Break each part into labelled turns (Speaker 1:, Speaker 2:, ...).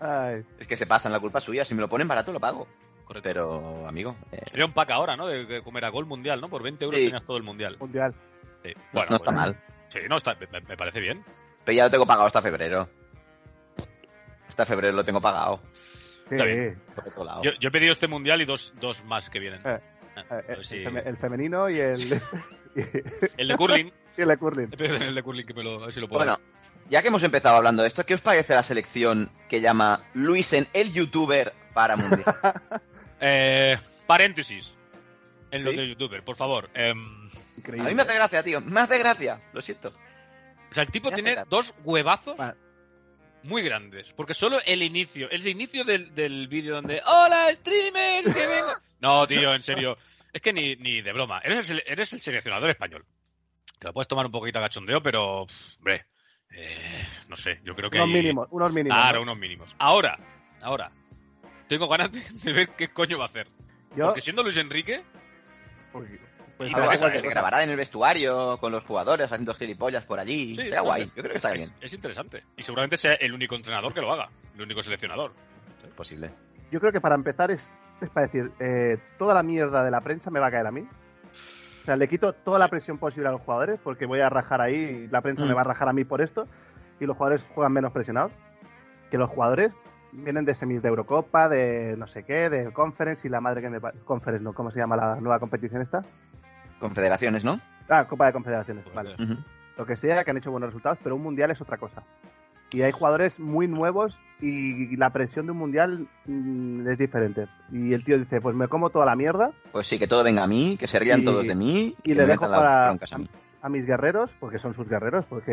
Speaker 1: Ay.
Speaker 2: Es que se pasan la culpa es suya. Si me lo ponen barato, lo pago.
Speaker 3: Correcto.
Speaker 2: Pero, amigo, eh,
Speaker 3: Sería un pack ahora, ¿no? De, de comer a gol mundial, ¿no? Por 20 euros
Speaker 2: Sí.
Speaker 3: tenías todo el mundial.
Speaker 1: Mundial.
Speaker 3: Sí.
Speaker 2: no- no
Speaker 3: pues-
Speaker 2: está mal.
Speaker 3: Sí, no, está, me, me parece bien.
Speaker 2: Pero ya lo tengo pagado hasta febrero. Hasta febrero lo tengo pagado.
Speaker 1: Sí.
Speaker 3: Está bien.
Speaker 2: Por otro lado.
Speaker 3: Yo, yo he pedido este mundial y dos, dos más que vienen.
Speaker 1: Eh,
Speaker 3: Ah,
Speaker 1: Eh,
Speaker 3: a
Speaker 1: eh,
Speaker 3: ver si-
Speaker 1: el, feme- el femenino y el,
Speaker 3: El de curling.
Speaker 1: y el de curling.
Speaker 3: He pedido el de curling que me lo, a ver si lo puedo.
Speaker 2: Bueno, ya que hemos empezado hablando de esto, ¿qué os parece la selección que llama Luisen el youtuber para Mundial?
Speaker 3: Eh, paréntesis. En lo
Speaker 2: ¿Sí?
Speaker 3: de youtuber, por favor. Em,
Speaker 2: A
Speaker 1: Increíble.
Speaker 2: mí me hace gracia, tío. Me hace gracia. Lo siento.
Speaker 3: o sea, el tipo
Speaker 2: Me hace
Speaker 3: tiene
Speaker 2: gracia.
Speaker 3: dos huevazos
Speaker 1: Vale.
Speaker 3: muy grandes. Porque solo el inicio, el inicio del, del vídeo donde. ¡Hola, streamer! ¡Que vengo! No, tío, en serio. Es que ni, ni de broma. Eres el, eres el seleccionador español. Te lo puedes tomar un poquito a cachondeo, pero. pff, Hombre. eh, no sé, yo creo que.
Speaker 1: Unos
Speaker 3: hay-
Speaker 1: mínimos, unos mínimos.
Speaker 3: Claro,
Speaker 1: ¿no?
Speaker 3: unos mínimos. Ahora, ahora. Tengo ganas de, de ver qué coño va a hacer.
Speaker 1: Yo,
Speaker 3: Porque siendo Luis Enrique,
Speaker 1: pues,
Speaker 3: Ah,
Speaker 2: Algo
Speaker 1: hago
Speaker 2: así,
Speaker 1: cualquier
Speaker 2: se
Speaker 1: cosa.
Speaker 2: grabará en el vestuario con los jugadores haciendo gilipollas por allí.
Speaker 3: Sí,
Speaker 2: Será
Speaker 3: no
Speaker 2: guay.
Speaker 3: sé.
Speaker 2: Yo creo que está
Speaker 3: es,
Speaker 2: bien.
Speaker 3: es interesante. Y seguramente sea el único entrenador que lo haga, el único seleccionador.
Speaker 2: Es posible.
Speaker 1: Yo creo que para empezar es, es para decir, eh, toda la mierda de la prensa me va a caer a mí. O sea, le quito toda la presión posible a los jugadores porque voy a rajar ahí, y la prensa
Speaker 2: Mm.
Speaker 1: me va a rajar a mí por esto y los jugadores juegan menos presionados. Que los jugadores vienen de semis de Eurocopa, de no sé qué, de Conference y la madre que me... pa- Conference, ¿no? ¿Cómo se llama la nueva competición esta?
Speaker 2: Confederaciones, ¿no?
Speaker 1: Ah, Copa de
Speaker 3: Pues,
Speaker 1: Confederaciones, vale
Speaker 3: eh,
Speaker 2: Ujú.
Speaker 1: lo que sea, que han hecho buenos resultados, pero un mundial es otra cosa. Y hay jugadores muy nuevos y la presión de un mundial mm, es diferente. Y el tío dice, pues me como toda la mierda
Speaker 2: Pues sí, que todo venga a mí, que se rían
Speaker 1: Y-
Speaker 2: todos de mí.
Speaker 1: y
Speaker 2: que
Speaker 1: le
Speaker 2: me
Speaker 1: dejo
Speaker 2: metan las
Speaker 1: para-
Speaker 2: broncas a mí.
Speaker 1: a mis guerreros, porque son sus guerreros, porque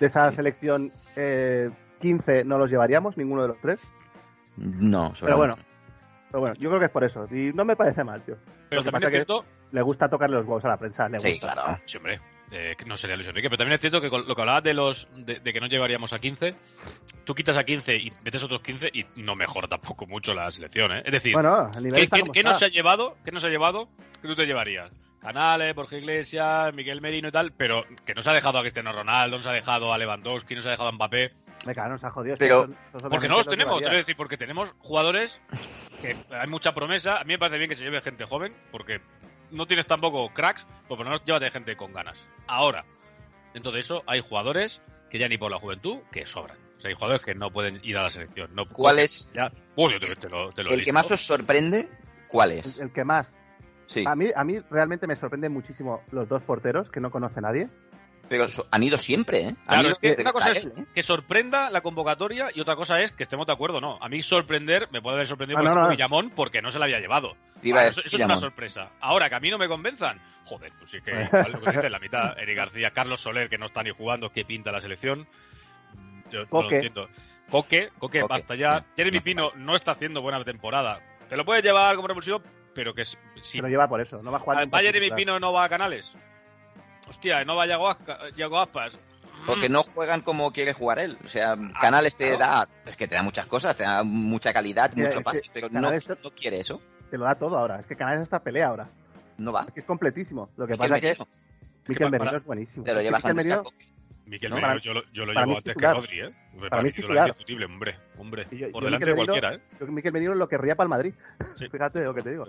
Speaker 1: de esa selección eh, 15 no los llevaríamos, ninguno de los tres.
Speaker 2: No, sobre
Speaker 1: Pero bueno, pero bueno, yo creo que es por eso. Y no me parece mal, tío.
Speaker 3: Pero
Speaker 1: Lo que
Speaker 3: también
Speaker 1: pasa
Speaker 3: es
Speaker 1: que-
Speaker 3: cierto.
Speaker 1: Le gusta tocarle los huevos a la prensa, le
Speaker 2: Sí,
Speaker 1: gusta.
Speaker 2: claro.
Speaker 3: Sí, hombre. eh, que no sería Luis Enrique, pero también es cierto que con lo que hablabas de los de, de que no llevaríamos a 15, tú quitas a 15 y metes otros 15 y no mejora tampoco mucho la selección, ¿eh? Es decir,
Speaker 1: Bueno, a nivel ah,
Speaker 3: ¿Qué,
Speaker 1: está
Speaker 3: qué-
Speaker 1: como
Speaker 3: qué
Speaker 1: está.
Speaker 3: nos ha llevado? ¿Qué nos ha llevado? ¿Qué tú te llevarías? Canales, Borja Iglesias, Miguel Merino y tal, pero que nos ha dejado a Cristiano Ronaldo, nos ha dejado a Lewandowski, nos ha dejado a Mbappé.
Speaker 1: Me cago, nos ha jodido.
Speaker 2: Pero-
Speaker 1: Estos son- estos son
Speaker 3: Porque
Speaker 1: la
Speaker 3: no los
Speaker 1: gente que
Speaker 3: tenemos, quiero
Speaker 1: llevaría.
Speaker 3: decir, porque tenemos jugadores que hay mucha promesa. A mí me parece bien que se lleve gente joven, porque no tienes tampoco cracks, pues, pero por lo menos llévate gente con ganas. Ahora, dentro de eso, hay jugadores que ya ni por la juventud, que sobran. O sea, hay jugadores que no pueden ir a la selección. No,
Speaker 2: ¿Cuál es
Speaker 3: Ya, pues yo te, te lo, te lo
Speaker 2: el que
Speaker 3: listo.
Speaker 2: más os sorprende? ¿Cuál es?
Speaker 1: El- el ah. que más
Speaker 2: Sí.
Speaker 1: A mí, a mí realmente me sorprenden muchísimo los dos porteros que no conoce nadie.
Speaker 2: Pero so- han ido siempre, ¿eh? Han
Speaker 3: Claro,
Speaker 2: ido
Speaker 3: es que
Speaker 2: desde
Speaker 3: una
Speaker 2: que
Speaker 3: cosa
Speaker 2: está
Speaker 3: es
Speaker 2: él, ¿eh?
Speaker 3: que sorprenda la convocatoria y otra cosa es que estemos de acuerdo o no. A mí sorprender me puede haber sorprendido
Speaker 1: Ah,
Speaker 3: por
Speaker 1: no,
Speaker 3: ejemplo,
Speaker 1: no.
Speaker 3: Villamón porque no se la había llevado.
Speaker 2: Te iba a
Speaker 3: Ah, eso
Speaker 2: decir,
Speaker 3: eso es una
Speaker 2: Ramón.
Speaker 3: sorpresa. Ahora, que a mí no me convenzan. Joder, pues sí que igual lo que dices, la mitad, Eric García, Carlos Soler, que no está ni jugando, que pinta la selección. Yo no lo
Speaker 1: Coque.
Speaker 3: entiendo. Coque, Coque,
Speaker 2: Coque,
Speaker 3: basta ya.
Speaker 2: no,
Speaker 3: Jeremy
Speaker 2: no hace
Speaker 3: Pino no está haciendo buena temporada. Te lo puedes llevar como repulsivo, pero que s- si
Speaker 1: Se lo lleva por eso. No va a jugar.
Speaker 3: va
Speaker 1: nunca
Speaker 3: Jeremy
Speaker 1: titular.
Speaker 3: Pino no va a Canales. Hostia, no va a Yago Asca- Yago Aspas.
Speaker 2: Porque no juegan como quiere jugar él. O sea,
Speaker 3: Ah,
Speaker 2: Canales te da, es que te da muchas cosas, te da mucha calidad,
Speaker 1: Sí, es
Speaker 2: mucho
Speaker 1: que
Speaker 2: pase, pero no,
Speaker 1: Canales-
Speaker 2: no quiere eso.
Speaker 1: Te lo da todo ahora. Es que Canales está pelea ahora.
Speaker 2: No va.
Speaker 1: Es que es completísimo. Lo que
Speaker 2: Miquel
Speaker 1: pasa es que este
Speaker 2: Merino,
Speaker 1: Miquel
Speaker 3: para-
Speaker 1: Merino es buenísimo.
Speaker 2: te lo
Speaker 1: Es que
Speaker 2: llevas
Speaker 1: Miquel
Speaker 2: antes que a
Speaker 1: Merino-
Speaker 2: Coque.
Speaker 3: Mm. Miquel
Speaker 1: No,
Speaker 3: Merino,
Speaker 1: para-
Speaker 3: yo, lo- yo lo
Speaker 1: para mí
Speaker 3: llevo
Speaker 1: es
Speaker 3: antes que
Speaker 1: titular.
Speaker 3: Rodri, ¿eh? Para,
Speaker 1: mí
Speaker 3: mí
Speaker 1: es
Speaker 3: titular
Speaker 1: titular.
Speaker 3: indiscutible, hombre, hombre.
Speaker 1: Y yo-
Speaker 3: Por
Speaker 1: yo Miquel
Speaker 3: delante de
Speaker 1: Merino-
Speaker 3: cualquiera, ¿eh?
Speaker 1: Yo creo que Miquel Merino lo querría para el Madrid.
Speaker 3: Sí.
Speaker 1: Fíjate lo que te digo.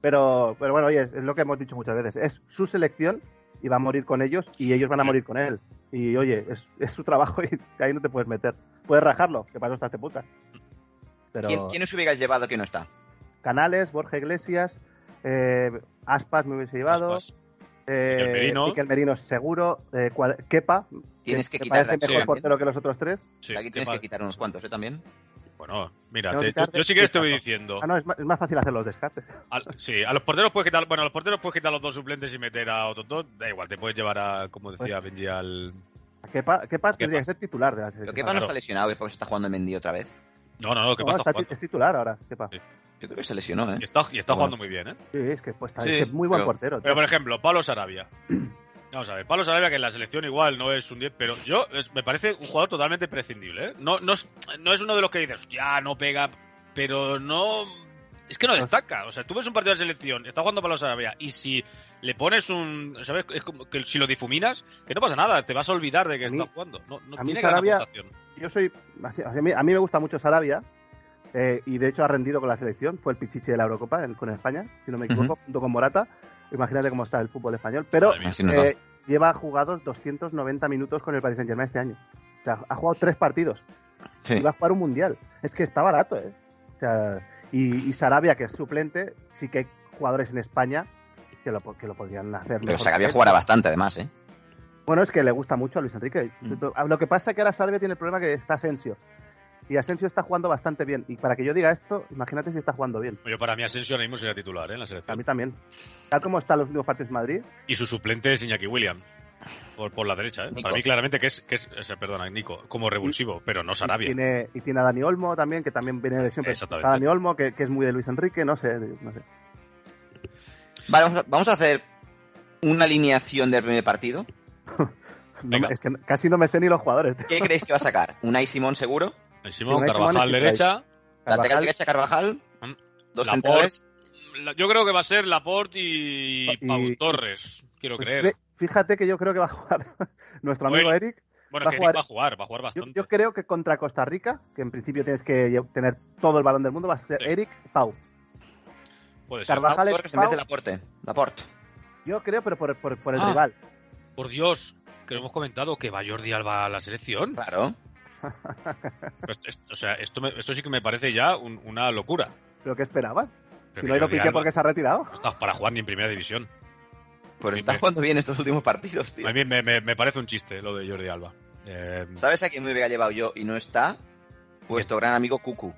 Speaker 1: Pero, pero bueno, oye, es lo que hemos dicho muchas veces. Es su selección y va a morir con ellos y ellos van a morir con él. Y oye, es, es su trabajo y ahí no te puedes meter. Puedes rajarlo, que para eso estás de puta. Pero
Speaker 2: ¿Quién, quién os hubierais llevado que no está?
Speaker 1: Canales, Borja Iglesias, eh, Aspas me hubiese llevado,
Speaker 3: Aspas.
Speaker 1: eh,
Speaker 3: Miquel Merino.
Speaker 1: Miquel Merino seguro, eh, cual- Kepa,
Speaker 2: Tienes que
Speaker 1: me
Speaker 2: quitar de
Speaker 1: parece
Speaker 2: aquí
Speaker 1: mejor
Speaker 2: también.
Speaker 1: portero que los otros tres.
Speaker 3: Sí,
Speaker 2: De aquí
Speaker 3: ¿qué
Speaker 2: tienes
Speaker 3: más?
Speaker 2: que quitar unos cuantos, ¿eh? También.
Speaker 3: Bueno, mira,
Speaker 1: Tengo
Speaker 3: te-
Speaker 1: que quitar
Speaker 3: yo, yo si quieres te voy
Speaker 1: descanso.
Speaker 3: diciendo.
Speaker 1: Ah, no, es más, es más fácil hacer los descartes.
Speaker 3: Al- sí, a los porteros puedes quitar, bueno, a los porteros puedes quitar los dos suplentes y meter a otros dos, da igual, te puedes llevar a, como decía
Speaker 1: Pues
Speaker 3: Benji, al...
Speaker 1: Kepa, Kepa, tendría que ser titular de la
Speaker 2: Pero
Speaker 1: selección.
Speaker 2: Kepa no
Speaker 3: claro.
Speaker 2: está lesionado y por eso está jugando Mendy otra vez.
Speaker 3: No, no, no, que
Speaker 1: No,
Speaker 3: pasa
Speaker 1: está ti- es titular ahora, Kepa.
Speaker 3: Sí.
Speaker 2: Yo creo que se lesionó, ¿eh?
Speaker 3: Y está, y está
Speaker 2: Bueno.
Speaker 3: jugando muy bien, ¿eh?
Speaker 1: Sí, es que pues, está-
Speaker 2: Sí,
Speaker 1: es que es muy buen
Speaker 2: pero-
Speaker 1: portero. tío.
Speaker 3: Pero, por ejemplo, Pablo Sarabia. Vamos a ver, Pablo Sarabia, que en la selección igual no es un 10, pero yo es- me parece un jugador totalmente prescindible, ¿eh? No, no, es, no es uno de los que dices, hostia, no pega, pero no... Es
Speaker 1: Ah.
Speaker 3: que no destaca. O sea, tú ves un partido de selección, está jugando Pablo Sarabia, y si le pones un... ¿Sabes? Es como que si lo difuminas, que no pasa nada, te vas a olvidar de que
Speaker 1: A mí-
Speaker 3: está jugando. No, no
Speaker 1: a mí
Speaker 3: tiene
Speaker 1: Sarabia-
Speaker 3: gran aportación.
Speaker 1: Yo soy. así- A mí, a mí me gusta mucho Sarabia. eh, y de hecho ha rendido con la selección. Fue el pichiche de la Eurocopa en- con España, si no me equivoco, junto con Morata. Imagínate cómo está el fútbol español. Pero
Speaker 3: Madre mía.
Speaker 2: Así nos va.
Speaker 1: eh, lleva jugados 290 minutos con el Paris Saint Germain este año. O sea, ha jugado tres partidos.
Speaker 2: Sí.
Speaker 1: Iba a jugar un mundial. Es que está barato, ¿eh? O sea, y, y Sarabia, que es suplente, sí que hay jugadores en España que lo, po- que lo podrían hacer.
Speaker 2: Pero
Speaker 1: mejor
Speaker 2: Sarabia
Speaker 1: que él.
Speaker 2: jugará bastante, además, ¿eh?
Speaker 1: Bueno, es que le gusta mucho a Luis Enrique.
Speaker 2: Mm.
Speaker 1: Lo que pasa es que ahora Sarabia tiene el problema que está Asensio. Y Asensio está jugando bastante bien. Y para que yo diga esto, imagínate si está jugando bien.
Speaker 3: Yo para mí Asensio ahora mismo sería titular ¿eh? en la
Speaker 1: A mí
Speaker 3: selección.
Speaker 1: también. Tal como están los últimos partidos en Madrid,
Speaker 3: Y su suplente es Iñaki Williams. Por, por la derecha, ¿eh?
Speaker 2: Nico.
Speaker 3: Para mí claramente que es, que es, o sea, perdona, Nico, como revulsivo, pero no
Speaker 1: y
Speaker 3: Sarabia.
Speaker 1: tiene, y tiene a Dani Olmo también, que también viene de siempre. Está
Speaker 3: Exactamente.
Speaker 1: Dani Olmo, que, que es muy de Luis Enrique, no sé. No sé.
Speaker 2: Vale, vamos a, vamos a hacer una alineación del primer partido.
Speaker 1: No
Speaker 3: Venga.
Speaker 1: me- es que casi no me sé ni los jugadores.
Speaker 2: ¿Qué creéis que va a sacar? ¿Unai Simón seguro?
Speaker 3: Simón,
Speaker 1: Simón,
Speaker 3: Carvajal
Speaker 1: Simón y
Speaker 3: derecha.
Speaker 2: ¿Lateral
Speaker 1: Carvajal,
Speaker 2: derecha Carvajal?
Speaker 3: Mm.
Speaker 2: ¿Dos
Speaker 3: Laporte.
Speaker 2: centrales?
Speaker 3: La- Yo creo que va a ser Laporte y,
Speaker 1: Y-
Speaker 3: Pau Torres, quiero
Speaker 1: pues,
Speaker 3: creer.
Speaker 1: ve- fíjate que yo creo que va a jugar nuestro amigo
Speaker 3: Oye,
Speaker 1: Eric.
Speaker 3: bueno,
Speaker 1: va
Speaker 3: es
Speaker 1: a
Speaker 3: que
Speaker 1: jugar-
Speaker 3: va a jugar, va a jugar
Speaker 1: Yo,
Speaker 3: bastante.
Speaker 1: yo creo que contra Costa Rica, que en principio tienes que lle- tener todo el balón del mundo, va a ser
Speaker 3: Sí.
Speaker 1: Eric Pau.
Speaker 3: Puede ser.
Speaker 2: Pau
Speaker 1: Carvajal- es
Speaker 2: Torres en vez de
Speaker 1: Pau.
Speaker 2: Laporte. Laporte.
Speaker 1: Yo creo, pero por, por- por el
Speaker 3: Ah.
Speaker 1: rival.
Speaker 3: Por Dios, que lo hemos comentado que va Jordi Alba a la selección.
Speaker 2: Claro.
Speaker 3: Pues es- o sea, esto, me- esto sí que me parece ya un- una locura.
Speaker 1: ¿Pero qué esperabas? Si
Speaker 3: Pero que
Speaker 1: no ha ido
Speaker 3: Jordi
Speaker 1: Piqué
Speaker 3: Alba
Speaker 1: porque se ha retirado.
Speaker 3: no está para jugar ni en primera división.
Speaker 2: Pues
Speaker 3: Sí,
Speaker 2: está
Speaker 3: sí.
Speaker 2: jugando bien estos últimos partidos, tío.
Speaker 3: A mí me, me- me parece un chiste lo de Jordi Alba. Eh,
Speaker 2: ¿Sabes a quién me hubiera llevado yo y no está? Vuestro gran amigo Cucu.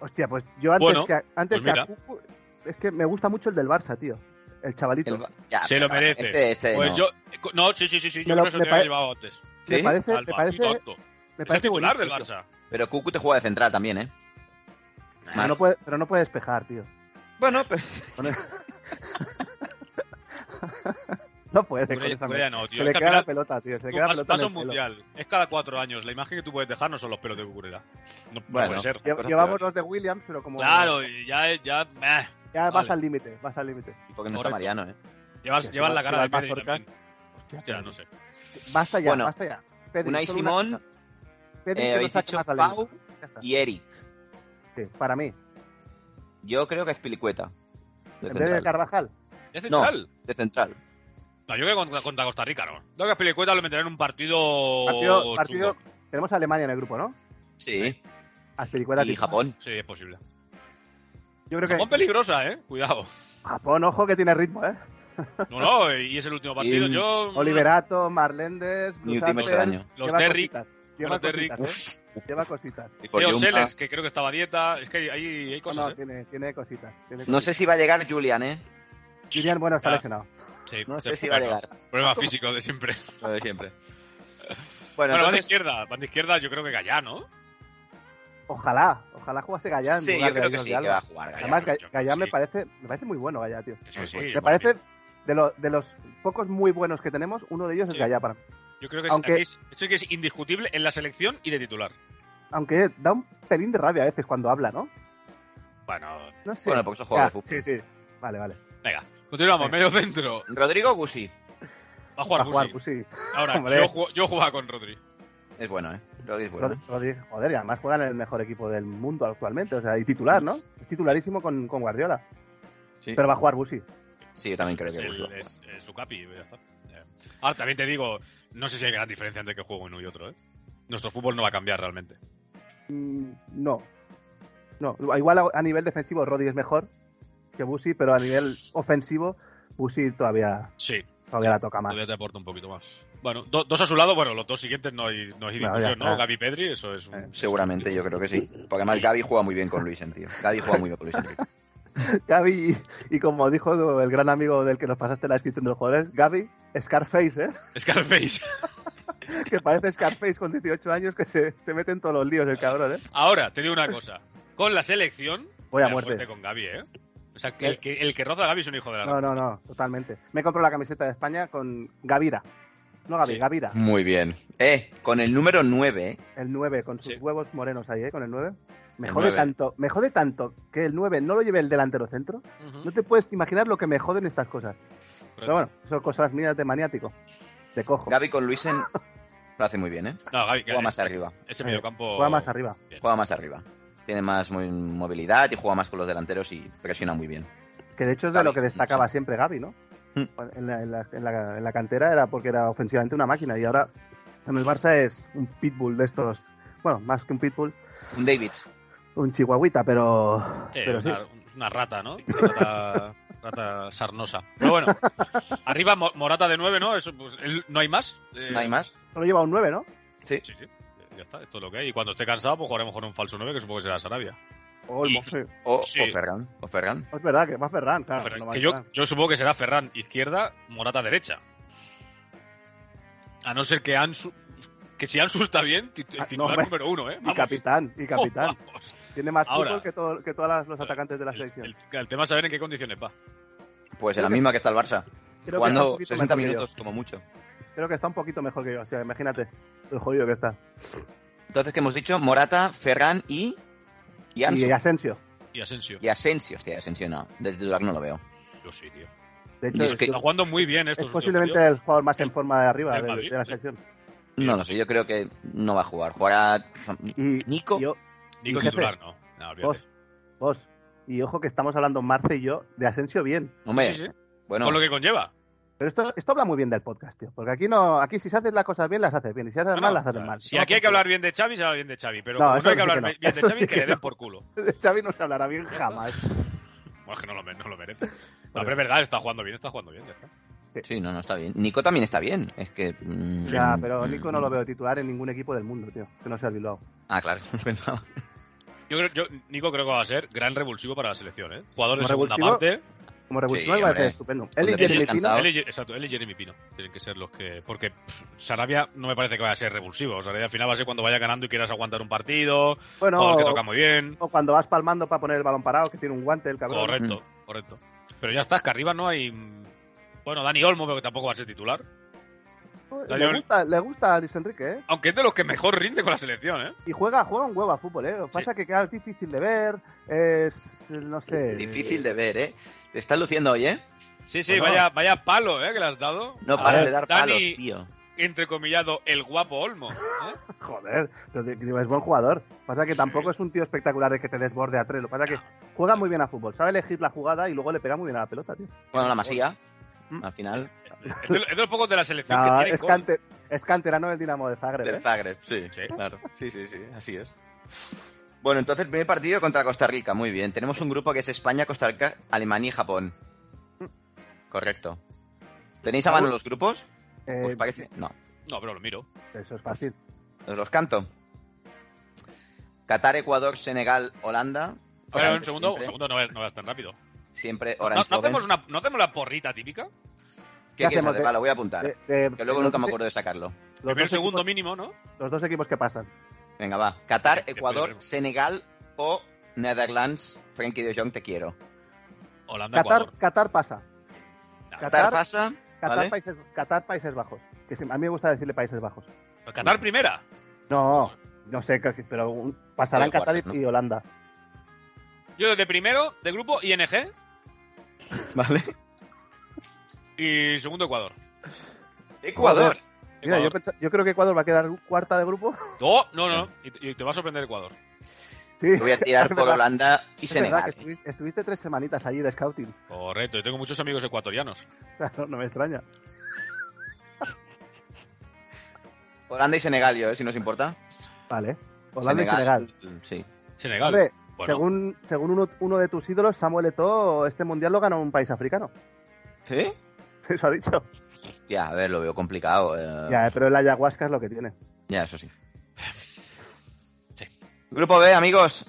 Speaker 1: Hostia, pues yo antes
Speaker 3: Bueno,
Speaker 1: que, a- antes
Speaker 3: pues
Speaker 1: que a
Speaker 3: mira.
Speaker 1: Cucu- es que me gusta mucho el del Barça, tío. El chavalito.
Speaker 2: El- ya,
Speaker 3: se lo
Speaker 2: pero
Speaker 3: merece.
Speaker 2: Este, este
Speaker 3: Pues
Speaker 2: no.
Speaker 3: yo, no, sí, sí, sí, sí, yo
Speaker 1: Me lo-
Speaker 3: creo que se
Speaker 1: me
Speaker 3: lo había
Speaker 1: pare-
Speaker 3: llevado antes.
Speaker 2: ¿Sí?
Speaker 1: Me parece, me
Speaker 3: Alba,
Speaker 1: parece,
Speaker 3: y Otto.
Speaker 1: me
Speaker 3: Es el
Speaker 1: parece
Speaker 3: titular del
Speaker 1: buenísimo, tío.
Speaker 3: Barça.
Speaker 2: Pero Cucu te juega de central también, ¿eh?
Speaker 1: Pero no, puede, pero no puede despejar, tío.
Speaker 2: Bueno, pero
Speaker 1: No puede
Speaker 3: Cucurella-
Speaker 1: con esa
Speaker 3: Cucurella
Speaker 1: mierda.
Speaker 3: no, tío.
Speaker 1: Se
Speaker 3: Es
Speaker 1: le
Speaker 3: que al
Speaker 1: queda la
Speaker 3: final
Speaker 1: pelota, tío. Se le
Speaker 3: Tú
Speaker 1: queda la
Speaker 3: vas-
Speaker 1: pelota.
Speaker 3: vas a un
Speaker 1: en el pelo.
Speaker 3: mundial. Es cada cuatro años. La imagen que tú puedes dejar no son los pelos de cucurella. No, no
Speaker 2: Bueno,
Speaker 3: puede ser.
Speaker 1: Lle-
Speaker 2: Cosas
Speaker 1: Llevamos
Speaker 2: peores.
Speaker 1: los de Williams, pero como.
Speaker 3: Claro, y ya, ya, meh.
Speaker 1: Ya vas
Speaker 3: vale.
Speaker 1: al límite, vas al límite.
Speaker 2: porque no está
Speaker 3: Correcto.
Speaker 2: Mariano, ¿eh?
Speaker 3: llevas,
Speaker 1: Que
Speaker 3: llevas
Speaker 1: si
Speaker 3: la
Speaker 1: va-
Speaker 3: cara
Speaker 1: si
Speaker 3: de
Speaker 1: va el
Speaker 3: Pedri
Speaker 1: Mazorca,
Speaker 3: también.
Speaker 1: Hostia,
Speaker 3: Hostia, no sé.
Speaker 1: Basta ya,
Speaker 2: Bueno,
Speaker 1: basta ya. Pedri,
Speaker 2: Unai
Speaker 1: solo una
Speaker 2: Simón,
Speaker 1: cosa. Pedri,
Speaker 2: eh,
Speaker 1: que no
Speaker 2: habéis
Speaker 1: saque
Speaker 2: dicho
Speaker 1: más la lengua.
Speaker 2: Pau
Speaker 1: Ya está.
Speaker 2: y Eric.
Speaker 1: Sí, para mí.
Speaker 2: Yo creo que es Pilicueta. De
Speaker 1: En vez de
Speaker 2: central.
Speaker 1: Carvajal.
Speaker 3: ¿Es
Speaker 2: No,
Speaker 3: central?
Speaker 2: de central.
Speaker 3: No, yo creo que contra, contra Costa Rica no. Yo creo que Pilicueta lo meterá en un partido.
Speaker 1: Partido,
Speaker 3: Oh, chungo.
Speaker 1: partido- tenemos a Alemania en el grupo, ¿no?
Speaker 2: Sí.
Speaker 1: Aspiricueta
Speaker 2: ¿Eh? Y Japón.
Speaker 3: Sí, es posible.
Speaker 1: Yo creo que
Speaker 3: Japón peligrosa, eh. Cuidado.
Speaker 1: Japón, ojo que tiene ritmo, ¿eh?
Speaker 3: No, no, y es el último partido.
Speaker 2: Y-
Speaker 3: Yo.
Speaker 1: Oliverato, Marlendes,
Speaker 2: Ni
Speaker 1: Bruce
Speaker 2: último
Speaker 1: Apple,
Speaker 2: extraño.
Speaker 3: Mm. Los
Speaker 1: lleva
Speaker 3: Terry.
Speaker 1: cositas, Lleva
Speaker 3: Los Terry.
Speaker 1: cositas, ¿eh? Lleva cositas.
Speaker 2: Y por
Speaker 3: Leo
Speaker 2: Jumba.
Speaker 3: Sellers, que creo que estaba a dieta. Es que hay, hay, hay
Speaker 1: No,
Speaker 3: cosas.
Speaker 1: no,
Speaker 3: ¿eh?
Speaker 1: tiene, tiene cositas. tiene
Speaker 2: No
Speaker 1: cositas.
Speaker 2: sé si va a llegar Julian, ¿eh?
Speaker 1: Julián,
Speaker 2: Ah.
Speaker 1: bueno, está
Speaker 3: Ya.
Speaker 1: lesionado.
Speaker 3: Sí,
Speaker 2: No sé
Speaker 3: se-
Speaker 2: si va a
Speaker 3: bueno,
Speaker 2: llegar.
Speaker 3: Problema físico de siempre.
Speaker 2: Lo de siempre. Bueno,
Speaker 3: Bueno, van de
Speaker 2: entonces-
Speaker 3: izquierda, van de izquierda, yo creo que Gallá, ¿no?
Speaker 1: Ojalá, ojalá jugase Gallán. en
Speaker 2: sí,
Speaker 1: lugar
Speaker 2: yo
Speaker 1: de
Speaker 2: creo que
Speaker 1: Dios
Speaker 2: sí,
Speaker 1: de
Speaker 2: que
Speaker 1: Alba.
Speaker 2: va a jugar Gallá.
Speaker 1: Además, Ga-
Speaker 3: yo-
Speaker 1: Gallán me
Speaker 3: sí.
Speaker 1: parece, me parece muy bueno, Gallá, tío.
Speaker 3: Sí, sí,
Speaker 1: me
Speaker 3: igual
Speaker 1: parece de, lo- de los pocos muy buenos que tenemos, uno de ellos
Speaker 3: Sí.
Speaker 1: es Gallá para mí.
Speaker 3: Yo creo que
Speaker 1: Aunque-
Speaker 3: es, aquí es- eso que es indiscutible en la selección y de titular.
Speaker 1: Aunque da un pelín de rabia a veces cuando habla, ¿no?
Speaker 3: Bueno,
Speaker 1: No sé.
Speaker 2: Bueno, pues porque eso juega
Speaker 1: Ya,
Speaker 2: al fútbol.
Speaker 1: Sí, sí. Vale, vale.
Speaker 3: venga. Continuamos,
Speaker 1: Venga.
Speaker 3: medio centro.
Speaker 2: Rodrigo Gusi
Speaker 3: Va a jugar,
Speaker 1: Va a jugar,
Speaker 3: Busi.
Speaker 1: pues sí.
Speaker 3: Ahora,
Speaker 1: Hombre.
Speaker 3: yo, jugo- yo jugaba con Rodri.
Speaker 2: es bueno, ¿eh? Rodrigo es bueno.
Speaker 1: Rod- Rodri- joder, y además juegan en el mejor equipo del mundo actualmente, o sea, y titular, ¿no? Es titularísimo con, con Guardiola.
Speaker 2: Sí.
Speaker 1: Pero va a jugar Busi.
Speaker 2: Sí, yo también creo
Speaker 3: es,
Speaker 2: que Gusi.
Speaker 3: el,
Speaker 2: va a
Speaker 3: es, es su capi, ya está. Eh, Ahora, también te digo, no sé si hay gran diferencia entre que juego uno y otro, ¿eh? Nuestro fútbol no va a cambiar realmente.
Speaker 1: Mm, no. No, igual a, a nivel defensivo Rodri es mejor que Busi, pero a nivel ofensivo Busi todavía,
Speaker 3: Sí,
Speaker 1: todavía la toca más.
Speaker 3: todavía te aporta un poquito más. Bueno, do- dos a su lado, bueno, los dos siguientes no hay, no hay
Speaker 1: No, ya
Speaker 3: discusión, ¿no?
Speaker 1: está.
Speaker 3: Gaby Pedri, eso es
Speaker 1: Eh.
Speaker 3: un...
Speaker 2: Seguramente, yo creo que sí. Porque además Gaby juega muy bien con Luisen, tío. Gaby juega muy bien con Luis Enrique.
Speaker 1: Gaby, y como dijo el gran amigo del que nos pasaste la descripción de los jugadores, Gaby, Scarface, ¿eh?
Speaker 3: Scarface.
Speaker 1: que parece Scarface con 18 años que se, se mete en todos los líos el cabrón, ¿eh?
Speaker 3: Ahora, te digo una cosa. Con la selección,
Speaker 1: Voy a
Speaker 3: la
Speaker 1: muerte.
Speaker 3: fuente con Gaby, ¿eh? O sea, que el, que el que roza a Gaby es un hijo de la...
Speaker 1: No, no, no, totalmente. Me compro la camiseta de España con Gavira. No Gavi,
Speaker 3: Sí.
Speaker 1: Gavira.
Speaker 2: Muy bien. Eh, con el número 9, ¿eh?
Speaker 1: El 9, con sus
Speaker 3: Sí.
Speaker 1: huevos morenos ahí, ¿eh? Con el 9. Me
Speaker 2: El
Speaker 1: jode,
Speaker 2: nueve.
Speaker 1: tanto, me jode tanto que el 9 no lo lleve el delantero centro.
Speaker 3: Ujú.
Speaker 1: No te puedes imaginar lo que me joden estas cosas. Pero bueno, son cosas mías de maniático. Te cojo.
Speaker 2: Gaby con Luisen lo hace muy bien, ¿eh?
Speaker 3: No, Gaby,
Speaker 2: Juega más
Speaker 3: ese,
Speaker 2: arriba.
Speaker 3: ese mediocampo...
Speaker 1: Juega más arriba.
Speaker 2: Juega más arriba. Tiene más mo- movilidad y juega más con los delanteros y presiona muy bien.
Speaker 1: Que de hecho es de
Speaker 2: Gavi,
Speaker 1: lo que
Speaker 2: no
Speaker 1: destacaba
Speaker 2: sé.
Speaker 1: siempre Gaby, ¿no?
Speaker 2: Mm.
Speaker 1: En la, en la- en la- en la cantera era porque era ofensivamente una máquina y ahora en el Barça es un pitbull de estos. Bueno, más que un pitbull,
Speaker 2: Un David.
Speaker 1: un chihuahuita, pero.
Speaker 3: Sí,
Speaker 1: pero sí.
Speaker 3: una, una rata, ¿no? Rata, rata sarnosa. Pero bueno, arriba Mo- Morata de 9, ¿no? Eso, pues, el- ¿No hay más? Eh,
Speaker 2: ¿No hay más?
Speaker 1: Solo lleva un 9, ¿no?
Speaker 2: Sí.
Speaker 3: Sí, sí. Ya está, esto es lo que hay. Y cuando esté cansado, pues jugaremos con un falso 9, que supongo que será Sarabia.
Speaker 1: Olmo,
Speaker 3: Y-
Speaker 1: sí.
Speaker 2: O,
Speaker 3: Sí.
Speaker 2: o Ferran. O Ferran.
Speaker 1: Es verdad que va Ferran, Ah, claro.
Speaker 3: Ferran-
Speaker 1: no va
Speaker 3: que yo,
Speaker 1: Ferran.
Speaker 3: yo supongo que será Ferran izquierda, Morata derecha. A no ser que Ansu... Que si Ansu está bien, tit- el
Speaker 1: Ah,
Speaker 3: titular
Speaker 1: no, hombre.
Speaker 3: número uno, ¿eh?
Speaker 1: Y capitán, y
Speaker 3: Oh,
Speaker 1: capitán.
Speaker 3: vamos.
Speaker 1: Tiene más
Speaker 3: Ahora.
Speaker 1: fútbol que, todo- que todos los atacantes de la
Speaker 3: El-
Speaker 1: selección.
Speaker 3: El, el tema es saber en qué condiciones va.
Speaker 2: Pues en la misma que está el Barça.
Speaker 1: Creo que está un
Speaker 2: Jugando
Speaker 1: poquito
Speaker 2: 60
Speaker 1: mejor que
Speaker 2: minutos, como mucho.
Speaker 1: yo. Creo que está un poquito mejor que yo, o sea, imagínate el jodido que está.
Speaker 2: Entonces, ¿qué hemos dicho? Morata, Ferran y... Y Ansu.
Speaker 1: Y Asensio.
Speaker 3: Y Asensio.
Speaker 2: Y Asensio. Hostia, Asensio no. De titular no lo veo.
Speaker 3: Yo sí, tío.
Speaker 1: De hecho,
Speaker 2: Y es
Speaker 1: es,
Speaker 2: que-
Speaker 3: Está jugando muy bien
Speaker 1: es
Speaker 3: estos últimos
Speaker 1: posiblemente
Speaker 3: tíos.
Speaker 1: el jugador más en forma de arriba
Speaker 3: del
Speaker 1: de,
Speaker 3: Madrid,
Speaker 1: de la
Speaker 3: sí.
Speaker 1: selección.
Speaker 2: No lo sé, yo creo que no va a jugar. Jugará
Speaker 1: Y,
Speaker 2: Nico.
Speaker 1: y yo,
Speaker 3: Nico
Speaker 1: Jefe.
Speaker 3: titular, no. No, olvídate.
Speaker 1: vos, vos. Y ojo que estamos hablando Marce y yo de Asensio bien.
Speaker 2: Hombre,
Speaker 3: Sí, sí.
Speaker 2: bueno,
Speaker 3: Con lo que conlleva.
Speaker 1: Pero esto, esto habla muy bien del podcast, tío. Porque aquí no, aquí si se hacen las cosas bien, las haces bien. Y si haces
Speaker 3: No,
Speaker 1: mal,
Speaker 3: no,
Speaker 1: las haces
Speaker 3: o sea,
Speaker 1: mal.
Speaker 3: Si aquí hay que hablar bien de Xavi, se habla bien de Xavi. Pero
Speaker 1: No,
Speaker 3: como
Speaker 1: eso
Speaker 3: no hay que
Speaker 1: sí que
Speaker 3: hablar
Speaker 1: no.
Speaker 3: bien de
Speaker 1: Eso
Speaker 3: Xavi,
Speaker 1: sí
Speaker 3: que,
Speaker 1: que
Speaker 3: le den
Speaker 1: no.
Speaker 3: por culo.
Speaker 1: De Xavi no se hablará bien jamás.
Speaker 3: Bueno, es que no lo, me- no lo merece. No, pero es verdad, está jugando bien, está jugando bien. Ya está.
Speaker 2: sí, no, no está bien. Nico también está bien. Es que. mm,
Speaker 1: Ya,
Speaker 2: mm,
Speaker 1: pero
Speaker 2: mm,
Speaker 1: Nico no lo veo titular en ningún equipo del mundo, tío. Que no sea el Bilbao.
Speaker 2: Ah, claro, pensaba.
Speaker 3: Yo, creo- yo, Nico, creo que va a ser gran revulsivo para la selección. ¿eh? Jugador de
Speaker 1: Como
Speaker 3: segunda
Speaker 1: revulsivo,
Speaker 3: parte.
Speaker 2: Sí,
Speaker 1: Como revolucionario va a ser
Speaker 2: hombre.
Speaker 1: estupendo. Él y
Speaker 2: Con
Speaker 1: Jeremy
Speaker 2: derechos
Speaker 1: Pino.
Speaker 2: cansados.
Speaker 3: Él y, exacto, él y Jeremy Pino tienen que ser los que. Porque pff, Sarabia no me parece que vaya a ser revulsivo. Sarabia al final va a ser cuando vaya ganando y quieras aguantar un partido.
Speaker 1: Bueno,
Speaker 3: Jugador que toca muy bien.
Speaker 1: o cuando vas palmando para poner el balón parado, que tiene un guante el cabrón.
Speaker 3: Correcto, correcto. Pero ya está, es que arriba no hay. Bueno, Dani Olmo, pero que tampoco va a ser titular.
Speaker 1: Le
Speaker 3: Daniel-
Speaker 1: gusta, le gusta a Luis Enrique, ¿eh?
Speaker 3: Aunque es de los que mejor rinde con la selección, ¿eh?
Speaker 1: Y juega, juega un huevo a fútbol, ¿eh? Lo que pasa es que claro, es difícil de ver, es, no sé...
Speaker 2: Difícil de ver, ¿eh? Te estás luciendo hoy, ¿eh?
Speaker 3: Sí, sí,
Speaker 2: Bueno.
Speaker 3: vaya, vaya palo, ¿eh? Que le has dado.
Speaker 2: No
Speaker 1: A
Speaker 2: paras
Speaker 1: ver,
Speaker 2: de dar
Speaker 3: Dani-
Speaker 2: palos, tío.
Speaker 3: Entrecomillado, el guapo Olmo. ¿eh?
Speaker 1: Joder, pero de- digo, es buen jugador. Pasa que
Speaker 3: Sí.
Speaker 1: tampoco es un tío espectacular de que te desborde a tres. Lo que pasa es que juega muy bien a fútbol, sabe elegir la jugada y luego le pega muy bien a la pelota, tío.
Speaker 2: Bueno, la masía.
Speaker 1: Mm.
Speaker 2: Al final.
Speaker 3: Es, de, lo- es de los pocos de la selección que
Speaker 1: No,
Speaker 3: tiene
Speaker 1: es,
Speaker 3: gol.
Speaker 1: cante- es canterano del Dinamo de Zagreb,
Speaker 2: Del
Speaker 1: ¿eh?
Speaker 2: Zagreb, sí.
Speaker 3: Sí.
Speaker 2: Claro. Sí, sí, sí, así es. Bueno, entonces, primer partido contra Costa Rica. Muy bien. Tenemos un grupo que es España, Costa Rica, Alemania y Japón. Correcto. ¿Tenéis a mano los grupos?
Speaker 1: Eh,
Speaker 2: ¿Os parece? No.
Speaker 3: No, pero lo miro.
Speaker 1: Eso es fácil.
Speaker 2: Os los canto. Qatar, Ecuador, Senegal, Holanda.
Speaker 3: A ver,
Speaker 2: Holanda
Speaker 3: un segundo, un
Speaker 2: siempre,
Speaker 3: segundo, no, veas- no veas tan rápido.
Speaker 2: Siempre
Speaker 3: No,
Speaker 2: Orange
Speaker 3: no
Speaker 2: Boven.
Speaker 3: hacemos una, ¿No hacemos la porrita típica?
Speaker 2: ¿Qué quieres
Speaker 1: hacemos
Speaker 2: hacer?
Speaker 1: de-
Speaker 2: Va, lo voy a apuntar.
Speaker 1: De- de-
Speaker 2: que luego
Speaker 1: Eh, los
Speaker 2: nunca me
Speaker 1: dos-
Speaker 2: acuerdo de sacarlo.
Speaker 1: los
Speaker 3: Primero,
Speaker 1: dos
Speaker 3: segundo
Speaker 1: equipos-
Speaker 3: mínimo, ¿no?
Speaker 1: Los dos equipos que pasan.
Speaker 2: Venga, va. Qatar,
Speaker 3: Espera,
Speaker 2: Ecuador,
Speaker 3: espera.
Speaker 2: Senegal o Netherlands. Frankie de Jong, te quiero.
Speaker 3: Holanda,
Speaker 1: Qatar,
Speaker 3: Ecuador.
Speaker 1: Qatar pasa.
Speaker 2: Qatar
Speaker 1: Qatar-
Speaker 2: pasa.
Speaker 1: Qatar,
Speaker 2: ¿Vale?
Speaker 1: países, Qatar, Países Bajos. Que se- a mí me gusta decirle Países Bajos.
Speaker 3: Pues Qatar primera.
Speaker 1: No, no sé, creo que- pero un- pasarán
Speaker 2: Oye,
Speaker 1: Qatar y,
Speaker 2: WhatsApp,
Speaker 1: y Holanda.
Speaker 3: Yo de primero, de grupo, ING
Speaker 2: Vale.
Speaker 3: y segundo Ecuador.
Speaker 2: Ecuador.
Speaker 1: Mira, yo,
Speaker 3: Ecuador.
Speaker 1: pens- yo creo que Ecuador va a quedar cuarta de grupo.
Speaker 3: No, no, no. Y te- y te va a sorprender Ecuador.
Speaker 1: Sí.
Speaker 2: Te voy a tirar
Speaker 1: Es
Speaker 2: por
Speaker 1: verdad.
Speaker 2: Holanda y
Speaker 1: Es verdad que
Speaker 2: Senegal. ¿eh?
Speaker 1: estuviste, estuviste tres semanitas allí de scouting.
Speaker 3: Correcto, yo tengo muchos amigos ecuatorianos.
Speaker 1: Claro, no me extraña.
Speaker 2: Holanda y Senegal, yo, eh, si nos importa. mm,
Speaker 1: Vale. Holanda y Senegal.
Speaker 2: Sí.
Speaker 3: Senegal.
Speaker 1: Hombre,
Speaker 3: Bueno.
Speaker 1: según, según uno, uno de tus ídolos, Samuel Eto'o, este mundial lo ganó un país africano.
Speaker 2: ¿Sí?
Speaker 1: Eso ha dicho.
Speaker 2: Ya, a ver, lo veo complicado. eh,
Speaker 1: Ya, pero el ayahuasca es lo que tiene.
Speaker 2: ya, eso sí.
Speaker 3: Sí.
Speaker 2: Grupo B, amigos.